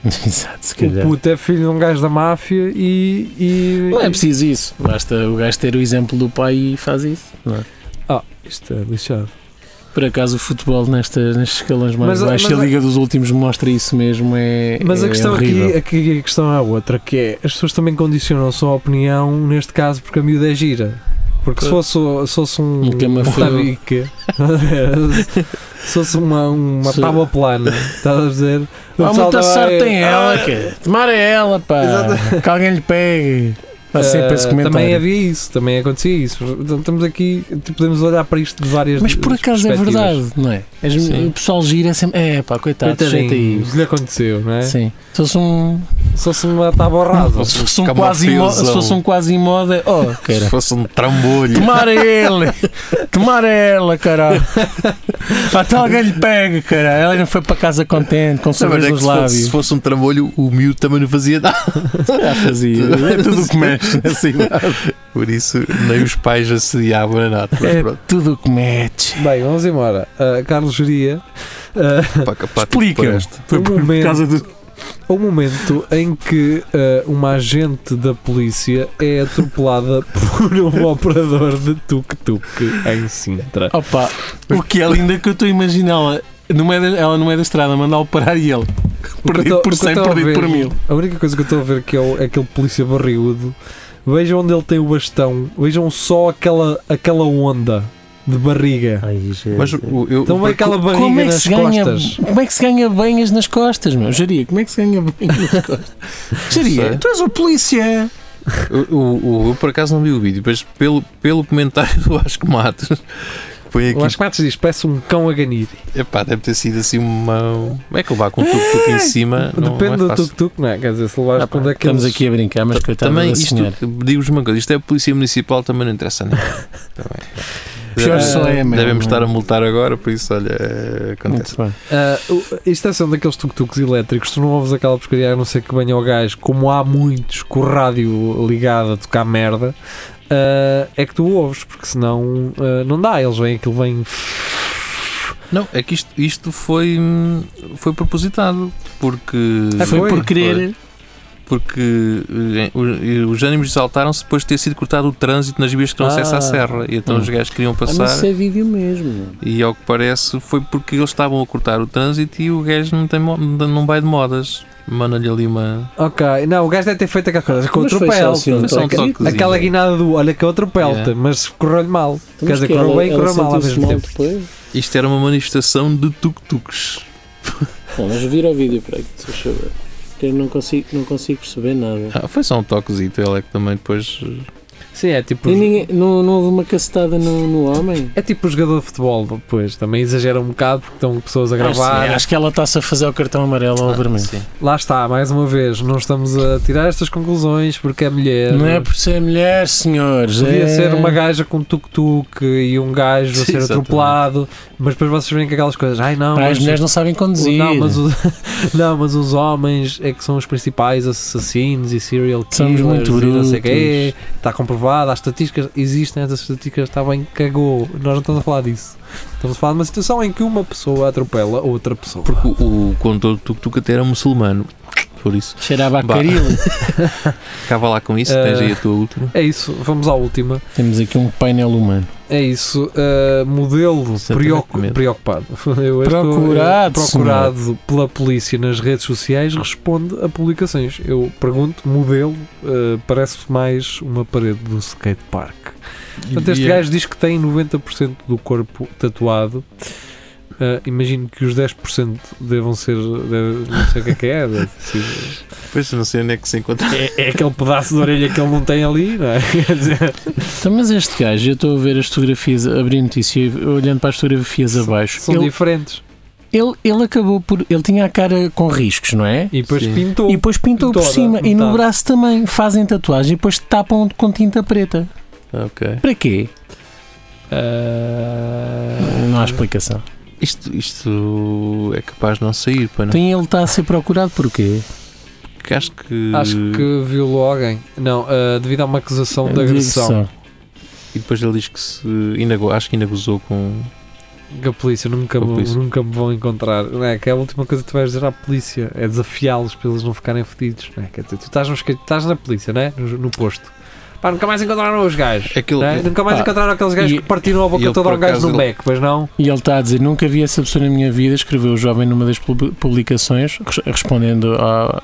Speaker 2: Exato, se
Speaker 1: O
Speaker 2: calhar.
Speaker 1: puto é filho de um gajo da máfia e. e-
Speaker 2: Não é preciso isso. Basta o gajo ter o exemplo do pai e faz isso.
Speaker 1: Ah, isto é lixado.
Speaker 2: Por acaso o futebol nesta, nestes escalões mais
Speaker 1: Mas a-
Speaker 2: baixos,
Speaker 1: mas
Speaker 2: a
Speaker 1: a-
Speaker 2: Liga dos Últimos mostra isso mesmo. É,
Speaker 1: Mas
Speaker 2: é
Speaker 1: a questão
Speaker 2: horrível.
Speaker 1: aqui, aqui a questão é outra, que é as pessoas também condicionam a sua opinião, neste caso porque a miúda é gira. Porque se fosse, se fosse um.
Speaker 2: Um camafeu.
Speaker 1: tabique, se fosse uma, uma
Speaker 2: Se-
Speaker 1: tábua plana, estás a dizer? o
Speaker 2: Há
Speaker 1: pessoal ah,
Speaker 2: muita
Speaker 1: estava
Speaker 2: sorte
Speaker 1: aí,
Speaker 2: em ela, que tomar é ela, pá. Que alguém lhe pegue. Há sempre
Speaker 1: eh,
Speaker 2: esse comentário.
Speaker 1: Também havia isso, também acontecia isso. Portanto, Estamos aqui, tipo, podemos olhar para isto de várias
Speaker 2: Mas por acaso é
Speaker 1: perspectivas.
Speaker 2: verdade, não é? As-
Speaker 3: Sim.
Speaker 2: o pessoal gira é sempre. É, pá, coitado, sujeita a
Speaker 1: Coitadinho,
Speaker 2: isto.
Speaker 1: lhe aconteceu, não é?
Speaker 2: Sim. Se fosse um.
Speaker 1: Se fosse uma tábua rasa.
Speaker 2: Se fosse um
Speaker 3: Camuflezão.
Speaker 2: quase mo- se fosse um quase moda. Oh,
Speaker 3: Se
Speaker 2: cara.
Speaker 3: fosse um trambolho.
Speaker 2: Tomar a ele! Tomar a ela, caralho! Até alguém lhe pega, cara! Ela ainda foi para casa contente, com
Speaker 3: Não, mas é
Speaker 2: sorriso
Speaker 3: que
Speaker 2: nos
Speaker 3: se fosse,
Speaker 2: lábios.
Speaker 3: se fosse um trambolho, o miúdo também não fazia nada.
Speaker 2: Já fazia. É tudo o que mexe na cidade.
Speaker 3: Por isso, nem os pais assediavam nem nada. Mas
Speaker 2: É
Speaker 3: pronto,
Speaker 2: tudo o que mexe.
Speaker 1: Bem, vamos embora. Ah, Carlos Geria. ah,
Speaker 3: pá, pá, tipo,
Speaker 2: Explica.
Speaker 3: por esta.
Speaker 2: Foi por
Speaker 1: Momento.
Speaker 2: causa do.
Speaker 1: O um momento em que eh, uma agente da polícia é atropelada por um operador de tuk-tuk em Sintra.
Speaker 2: Opa, o que é lindo é que eu estou a imaginá-la. no meio da- Ela no meio da estrada, mandá-lo parar e ele.
Speaker 1: O que eu
Speaker 2: Perdido
Speaker 1: tô- o
Speaker 2: por
Speaker 1: que eu
Speaker 2: 100,
Speaker 1: tô a
Speaker 2: perdido
Speaker 1: ver-
Speaker 2: por 1000.
Speaker 1: A única coisa que eu estou a ver que é, o- é aquele polícia barrigudo. Vejam onde ele tem o bastão. Vejam só aquela, aquela onda de barriga.
Speaker 3: Mas o- eu,
Speaker 1: Estão bem aquela barriga
Speaker 2: Como é, que
Speaker 1: nas
Speaker 2: se ganha,
Speaker 1: costas.
Speaker 2: como é que se ganha banhas nas costas, meu? Jaria, como é que se ganha banhas nas costas? Jaria,
Speaker 3: Sei.
Speaker 2: tu és o polícia!
Speaker 3: Eu, eu- eu, por acaso não vi o vídeo, mas pelo, pelo comentário do Vasco Matos, põe
Speaker 1: O
Speaker 3: aqui.
Speaker 1: Vasco Matos diz: parece um cão a ganir.
Speaker 3: Epá, deve ter sido assim uma. Como é que ele vai com um tuk-tuk em cima? Não, não é
Speaker 1: Depende do
Speaker 3: fácil.
Speaker 1: tuk-tuk, não é? Quer dizer, se levares
Speaker 2: Ah, pá,
Speaker 1: com daqueles.
Speaker 2: Estamos aqui a brincar, mas coitado
Speaker 3: Também
Speaker 2: da
Speaker 3: isto,
Speaker 2: senhora.
Speaker 3: digo-vos uma coisa, isto é a Polícia Municipal, também não interessa a ninguém. Tá bem.
Speaker 2: Pior
Speaker 3: Deve-
Speaker 2: só é, meu.
Speaker 3: Devemos estar a multar agora, por isso, olha, é, acontece.
Speaker 2: Muito bem.
Speaker 1: Ah, o- a estação daqueles tuk-tuks elétricos, tu não ouves aquela porcaria, a não ser que venha ao gás, como há muitos com o rádio ligado a tocar merda, ah, é que tu ouves, porque senão ah, não dá. Eles vêm, aquilo vem.
Speaker 3: Não, é que isto, isto foi, hum, foi propositado, porque.
Speaker 1: Ah,
Speaker 2: Foi
Speaker 1: foi?
Speaker 2: por querer.
Speaker 3: porque eh, o- os ânimos exaltaram-se depois de ter sido cortado o trânsito nas vias que dão
Speaker 2: Ah.
Speaker 3: acesso à serra. E então
Speaker 2: Hum.
Speaker 3: os gajos queriam
Speaker 2: Ah, mas
Speaker 3: passar
Speaker 2: isso é vídeo mesmo.
Speaker 3: e ao que parece foi porque eles estavam a cortar o trânsito e o gajo não, tem, mo- não vai de modas. Manda-lhe ali uma.
Speaker 1: Ok, não, o gajo deve ter feito aquela coisa com o
Speaker 2: Mas foi
Speaker 1: atropelo.
Speaker 2: só assim um
Speaker 1: Portanto,
Speaker 3: Só um
Speaker 2: toque.
Speaker 1: aquela-
Speaker 3: toquezinho.
Speaker 1: Aquela guinada do olha que eu atropelo-te,
Speaker 3: Yeah.
Speaker 1: mas correu-lhe mal.
Speaker 2: Então,
Speaker 1: Quer
Speaker 2: mas
Speaker 1: dizer,
Speaker 2: que
Speaker 1: correu
Speaker 2: ela-
Speaker 1: bem e
Speaker 2: ela
Speaker 1: correu mal ao
Speaker 2: sentiu-se
Speaker 1: mesmo
Speaker 2: mal
Speaker 1: tempo.
Speaker 2: depois?
Speaker 3: Isto era uma manifestação de tuk-tuks.
Speaker 2: Bom, mas vira o vídeo, peraí, se eu saber. Que eu não consigo, não consigo perceber nada.
Speaker 3: Ah, foi só um toquezito. Ele é que também depois. eh,
Speaker 1: Sim, é tipo.
Speaker 2: E ninguém- não, não houve uma cacetada no, no homem?
Speaker 1: É tipo o jogador de futebol, depois também exagera um bocado porque estão pessoas a gravar.
Speaker 2: Acho que ela está-se a fazer o cartão amarelo ou
Speaker 3: ah,
Speaker 2: vermelho.
Speaker 3: sim.
Speaker 1: Lá está, mais uma vez, não estamos a tirar estas conclusões porque é mulher.
Speaker 2: Não é por ser mulher, senhores.
Speaker 1: Podia
Speaker 2: é...
Speaker 1: ser uma gaja com um tuk-tuk e um gajo a
Speaker 3: Sim,
Speaker 1: ser
Speaker 3: exatamente.
Speaker 1: atropelado, mas depois vocês veem com aquelas coisas. Ai não,
Speaker 2: Pá,
Speaker 1: mas,
Speaker 2: as mulheres não sabem conduzir.
Speaker 1: não, mas os, não, mas os homens é que são os principais assassinos e serial
Speaker 2: Somos
Speaker 1: killers.
Speaker 2: muito
Speaker 1: e não sei
Speaker 2: brutos.
Speaker 1: quê. Está comprovado, há estatísticas, existem essas estatísticas, está bem, cagou. Nós não estamos a falar disso. Estamos a falar de uma situação em que uma pessoa atropela outra pessoa.
Speaker 3: Porque o, o condutor do tuk-tuk até era muçulmano. Por isso.
Speaker 2: Cheirava a
Speaker 3: Bah.
Speaker 2: caril.
Speaker 3: Acaba lá com isso,
Speaker 1: Ah.
Speaker 3: tens aí a tua última.
Speaker 1: É isso, vamos à última.
Speaker 2: Temos aqui um painel humano.
Speaker 1: É isso, uh, modelo
Speaker 3: Sempre
Speaker 1: preocu-
Speaker 3: recomendo.
Speaker 1: preocupado. Eu hoje estou-
Speaker 2: Procurado,
Speaker 1: eu- procurado pela polícia nas redes sociais responde a publicações. Eu pergunto, modelo uh, parece mais uma parede do skatepark. Portanto, este
Speaker 3: E-
Speaker 1: gajo diz que tem 90% do corpo tatuado. Uh, imagino que os 10% devam ser. deve- não sei o que é que é. deve ser-
Speaker 3: Pois não sei onde é que se encontra.
Speaker 1: é, é aquele pedaço de orelha que ele não tem ali, não é? Quer dizer,
Speaker 2: Então, mas este gajo, eu estou a ver as fotografias, a abrir notícia e olhando para as fotografias abaixo.
Speaker 1: são
Speaker 2: Ele,
Speaker 1: diferentes.
Speaker 2: ele, ele acabou por. Ele tinha a cara com riscos, não é?
Speaker 1: E depois
Speaker 3: Sim.
Speaker 1: pintou.
Speaker 2: E depois pintou por
Speaker 1: Toda,
Speaker 2: cima. E no
Speaker 1: metade.
Speaker 2: braço também. Fazem tatuagem e depois tapam com tinta preta.
Speaker 3: Ok.
Speaker 2: Para quê?
Speaker 1: Ah,
Speaker 2: Não há explicação.
Speaker 3: Isto, isto é capaz de não sair, para não.
Speaker 2: Então ele está a ser procurado porquê?
Speaker 3: Porque acho que.
Speaker 1: Acho que violou alguém. Não, ah, devido a uma
Speaker 2: É
Speaker 1: acusação de agressão
Speaker 3: E depois ele diz que se. Ainda, go- acho que ainda gozou com.
Speaker 1: que a polícia nunca,
Speaker 3: Com a
Speaker 1: vão-
Speaker 3: polícia.
Speaker 1: nunca me vão encontrar. Não é que é a última coisa que tu vais dizer à polícia é desafiá-los para eles não ficarem fedidos. Não é? Quer dizer, tu estás, no, skate- estás na polícia, não é? No, no posto. Pá, nunca mais encontraram os gajos.
Speaker 3: Aquilo.
Speaker 1: não é? Nunca mais
Speaker 2: pá,
Speaker 1: encontraram aqueles gajos
Speaker 2: e-
Speaker 1: que partiram a
Speaker 3: e
Speaker 1: boca
Speaker 3: ele,
Speaker 1: toda a
Speaker 3: por
Speaker 1: um gajo
Speaker 3: acaso,
Speaker 1: no
Speaker 3: ele-
Speaker 1: beck, mas não.
Speaker 2: E ele está a dizer: Nunca vi essa pessoa na minha vida, escreveu o jovem numa das pub- publicações, res- respondendo à,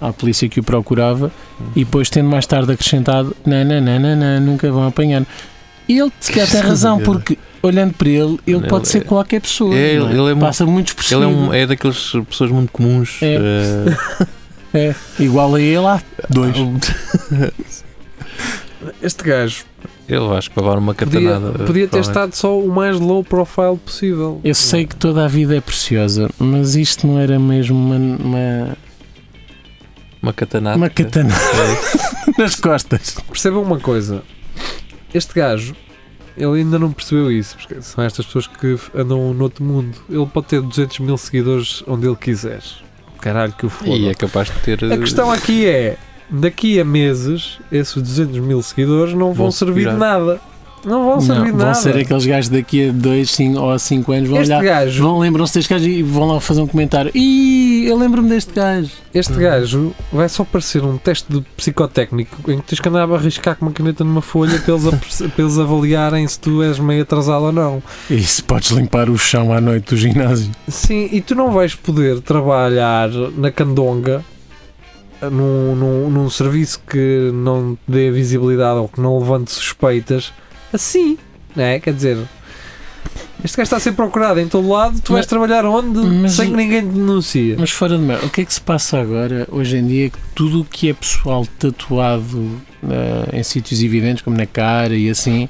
Speaker 2: à polícia que o procurava, e depois tendo mais tarde acrescentado: Não, não, não, não, não nunca vão apanhar. Ele sequer tem razão, porque olhando para ele, ele,
Speaker 3: Ele
Speaker 2: pode ser
Speaker 3: é-
Speaker 2: qualquer pessoa.
Speaker 3: Ele-
Speaker 2: não é?
Speaker 3: ele é muito-
Speaker 2: Passa muito
Speaker 3: Ele é,
Speaker 2: despercebido.
Speaker 3: um, é daqueles pessoas muito comuns.
Speaker 2: É.
Speaker 3: eh,
Speaker 2: É, igual a ele há dois.
Speaker 3: um-
Speaker 1: Este gajo
Speaker 3: ele acho que vai levar uma
Speaker 1: podia,
Speaker 3: catanada. eh,
Speaker 1: podia ter
Speaker 3: provavelmente.
Speaker 1: estado só o mais low profile possível.
Speaker 2: Eu sei que toda a vida é preciosa, mas isto não era mesmo uma, uma,
Speaker 3: Uma catanada.
Speaker 2: uma katana
Speaker 3: É.
Speaker 2: nas costas.
Speaker 1: Percebam uma coisa. Este gajo, ele ainda não percebeu isso, porque são estas pessoas que andam no outro mundo. Ele pode ter 200 mil seguidores onde ele quiser. Caralho, que o
Speaker 3: E
Speaker 1: foda.
Speaker 3: é capaz de ter.
Speaker 1: A questão aqui é: daqui a meses, esses 200 mil seguidores não vão,
Speaker 3: Vão
Speaker 1: servir
Speaker 3: virar.
Speaker 1: de nada. Não vão
Speaker 2: Não,
Speaker 1: servir de
Speaker 2: vão
Speaker 1: nada.
Speaker 2: ser aqueles gajos daqui a dois cinco, ou a cinco anos vão
Speaker 1: este
Speaker 2: olhar.
Speaker 1: gajo,
Speaker 2: Vão lembram-se deste gajo e vão lá fazer um comentário. Ih, eu lembro-me deste gajo.
Speaker 1: este
Speaker 3: Uhum.
Speaker 1: gajo vai só parecer um teste de psicotécnico em que tens que andar a arriscar com uma caneta numa folha para eles, aperce- para eles avaliarem se tu és meio atrasado ou não.
Speaker 2: E se podes limpar o chão à noite do ginásio.
Speaker 1: Sim, e tu não vais poder trabalhar na candonga num, num, num serviço que não te dê visibilidade ou que não levante suspeitas assim, não é? Quer dizer, este gajo está a ser procurado em todo lado, tu vais
Speaker 2: Mas-
Speaker 1: trabalhar onde
Speaker 2: mas-
Speaker 1: sem que ninguém te denuncie.
Speaker 2: Mas fora de merda, o que é que se passa agora, hoje em dia, que tudo o que é pessoal tatuado eh, em sítios evidentes, como na cara e assim,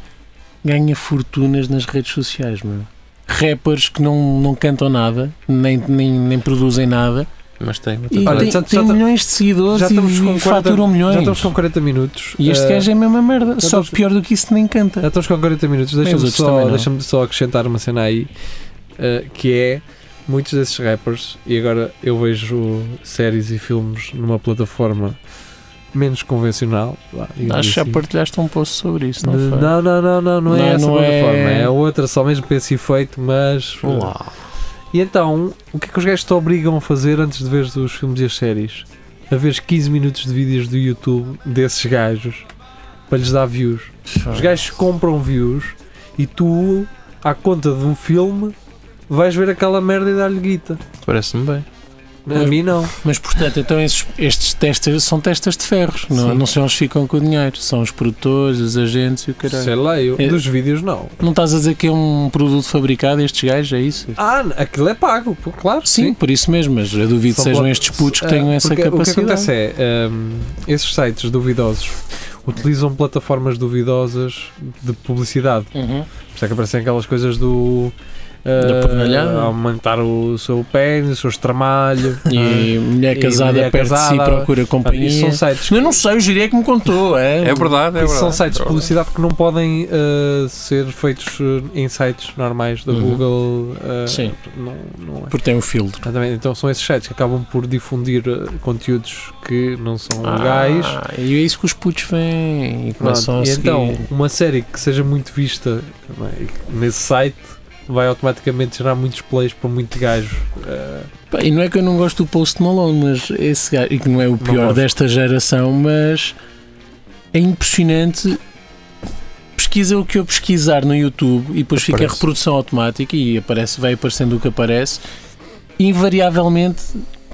Speaker 2: ganha fortunas nas redes sociais, meu. Rappers que não, não cantam nada, nem, nem, nem produzem nada,
Speaker 3: Mas tem uma
Speaker 2: e
Speaker 3: catanada.
Speaker 1: Olha,
Speaker 2: têm
Speaker 1: já- já
Speaker 2: têm
Speaker 1: ta-
Speaker 2: milhões de seguidores
Speaker 1: já estamos
Speaker 2: e,
Speaker 1: com
Speaker 2: e
Speaker 1: 40
Speaker 2: faturam milhões.
Speaker 1: Já estamos com 40 minutos.
Speaker 2: é E este
Speaker 1: Eh,
Speaker 2: gajo é a mesma merda,
Speaker 1: já
Speaker 2: só
Speaker 1: estamos-
Speaker 2: que pior do que isso nem canta.
Speaker 1: Já Ah, estamos com 40 minutos,
Speaker 2: os
Speaker 1: deixa-me
Speaker 2: outros também
Speaker 1: só,
Speaker 2: não.
Speaker 1: deixa só acrescentar uma cena aí uh, que é muitos desses rappers, e agora eu vejo séries e filmes numa plataforma menos convencional. vá, digamos
Speaker 2: Acho que já
Speaker 1: assim.
Speaker 2: partilhaste um post sobre isso, não
Speaker 1: De-
Speaker 2: foi?
Speaker 1: não, não, não, não, não é
Speaker 2: Não,
Speaker 1: essa
Speaker 2: não
Speaker 1: plataforma,
Speaker 2: é-
Speaker 1: é... outra, só mesmo para esse efeito, mas.
Speaker 3: Vamos lá.
Speaker 1: E então, o que é que os gajos te obrigam a fazer antes de ver os filmes e as séries? A ver 15 minutos de vídeos do YouTube desses gajos para lhes dar views. Os gajos compram views e tu, à conta de um filme, vais ver aquela merda e dar-lhe guita.
Speaker 3: Parece-me bem.
Speaker 2: É.
Speaker 1: A mim não.
Speaker 2: Mas portanto, então esses- estes testes são testas de ferros, não, é?
Speaker 1: Sim.
Speaker 2: não são eles que ficam com o dinheiro, são os produtores, os agentes e o caralho.
Speaker 1: Sei lá, eu,
Speaker 2: É-
Speaker 1: dos vídeos não.
Speaker 2: Não estás a dizer que é um produto fabricado estes gajos, é isso?
Speaker 1: Ah, n- aquilo é pago, pô, claro.
Speaker 2: Sim,
Speaker 1: Sim.
Speaker 2: por isso mesmo, mas eu duvido que
Speaker 1: São
Speaker 2: sejam
Speaker 1: bot-
Speaker 2: estes putos que
Speaker 1: Ah,
Speaker 2: tenham essa
Speaker 1: porque O que
Speaker 2: capacidade.
Speaker 1: acontece é, hum, esses sites duvidosos utilizam plataformas duvidosas de publicidade.
Speaker 2: Uhum.
Speaker 1: Por isso é que aparecem aquelas coisas do... ah,
Speaker 2: Da pornalhada.
Speaker 1: aumentar o seu pênis, o seu estramalho.
Speaker 2: E mulher
Speaker 1: Ah. E
Speaker 2: casada
Speaker 1: mulher
Speaker 2: perto de si
Speaker 1: casada.
Speaker 2: procura
Speaker 1: Ah, isso
Speaker 2: companhia.
Speaker 1: são sites
Speaker 2: Eu não sei, o Jiré que me contou. É,
Speaker 3: É verdade, é
Speaker 1: Isso
Speaker 3: verdade.
Speaker 1: são sites de publicidade que não podem uh, ser feitos uh, em sites normais da
Speaker 2: Uhum.
Speaker 1: Google. uh,
Speaker 2: Sim.
Speaker 1: Não, não é.
Speaker 2: Porque tem o filtro.
Speaker 1: Exatamente. Então são esses sites que acabam por difundir uh, conteúdos que não são legais.
Speaker 2: Ah, e é isso que os putos vêm e
Speaker 1: Pronto,
Speaker 2: começam a
Speaker 1: e
Speaker 2: seguir.
Speaker 1: então, uma série que seja muito vista não é, e nesse site vai automaticamente gerar muitos plays para muito gajo. Uh,
Speaker 2: Pá, E não é que eu não gosto do Post Malone, mas esse gajo, e que não é o pior
Speaker 1: gosto.
Speaker 2: desta geração, mas é impressionante. Pesquisa o que eu pesquisar no YouTube e depois fica a
Speaker 1: Aparece.
Speaker 2: reprodução automática e aparece, vai aparecendo o que aparece. Invariavelmente,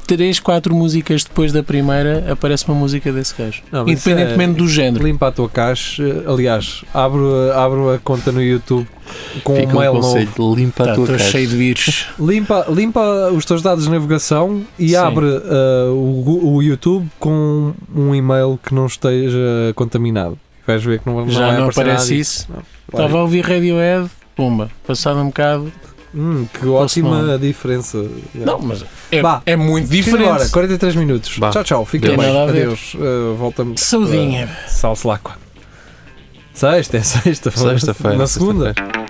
Speaker 2: 3, 4 músicas depois da primeira aparece uma música desse gajo.
Speaker 1: não, mas isso é-
Speaker 2: Independentemente do género.
Speaker 1: Limpa a tua caixa, uh, aliás, abro, abro a conta no YouTube com
Speaker 3: Fica
Speaker 1: um mail
Speaker 3: um
Speaker 1: novo.
Speaker 3: conselho de limpa a
Speaker 2: Tá,
Speaker 3: tua
Speaker 2: Estou
Speaker 3: caixa.
Speaker 2: cheio de vírus.
Speaker 1: Limpa, limpa os teus dados de navegação e
Speaker 2: Sim.
Speaker 1: abre ah, o, Gu- o YouTube com um e-mail que não esteja contaminado. Vais ver que não, não
Speaker 2: Já
Speaker 1: vai
Speaker 2: não
Speaker 1: aparecer
Speaker 2: aparece
Speaker 1: nada
Speaker 2: isso.
Speaker 1: disso. Vai.
Speaker 2: Estava a ouvir Radiohead, pumba, passado um bocado.
Speaker 1: Hum, que ótima
Speaker 2: não.
Speaker 1: a diferença.
Speaker 2: Não, mas é,
Speaker 1: Vá.
Speaker 2: é muito
Speaker 1: Fica
Speaker 2: diferente.
Speaker 1: Agora, 43 minutos.
Speaker 3: Vá.
Speaker 1: Tchau, tchau. Fiquem
Speaker 3: Deu
Speaker 1: bem.
Speaker 2: bem. Nada a ver.
Speaker 1: Adeus. Ah, voltamos.
Speaker 2: Saudinha.
Speaker 1: Uh, Salse lá. Sexta, é sexta.
Speaker 3: Sexta-feira.
Speaker 1: Na segunda.
Speaker 3: sexta-feira.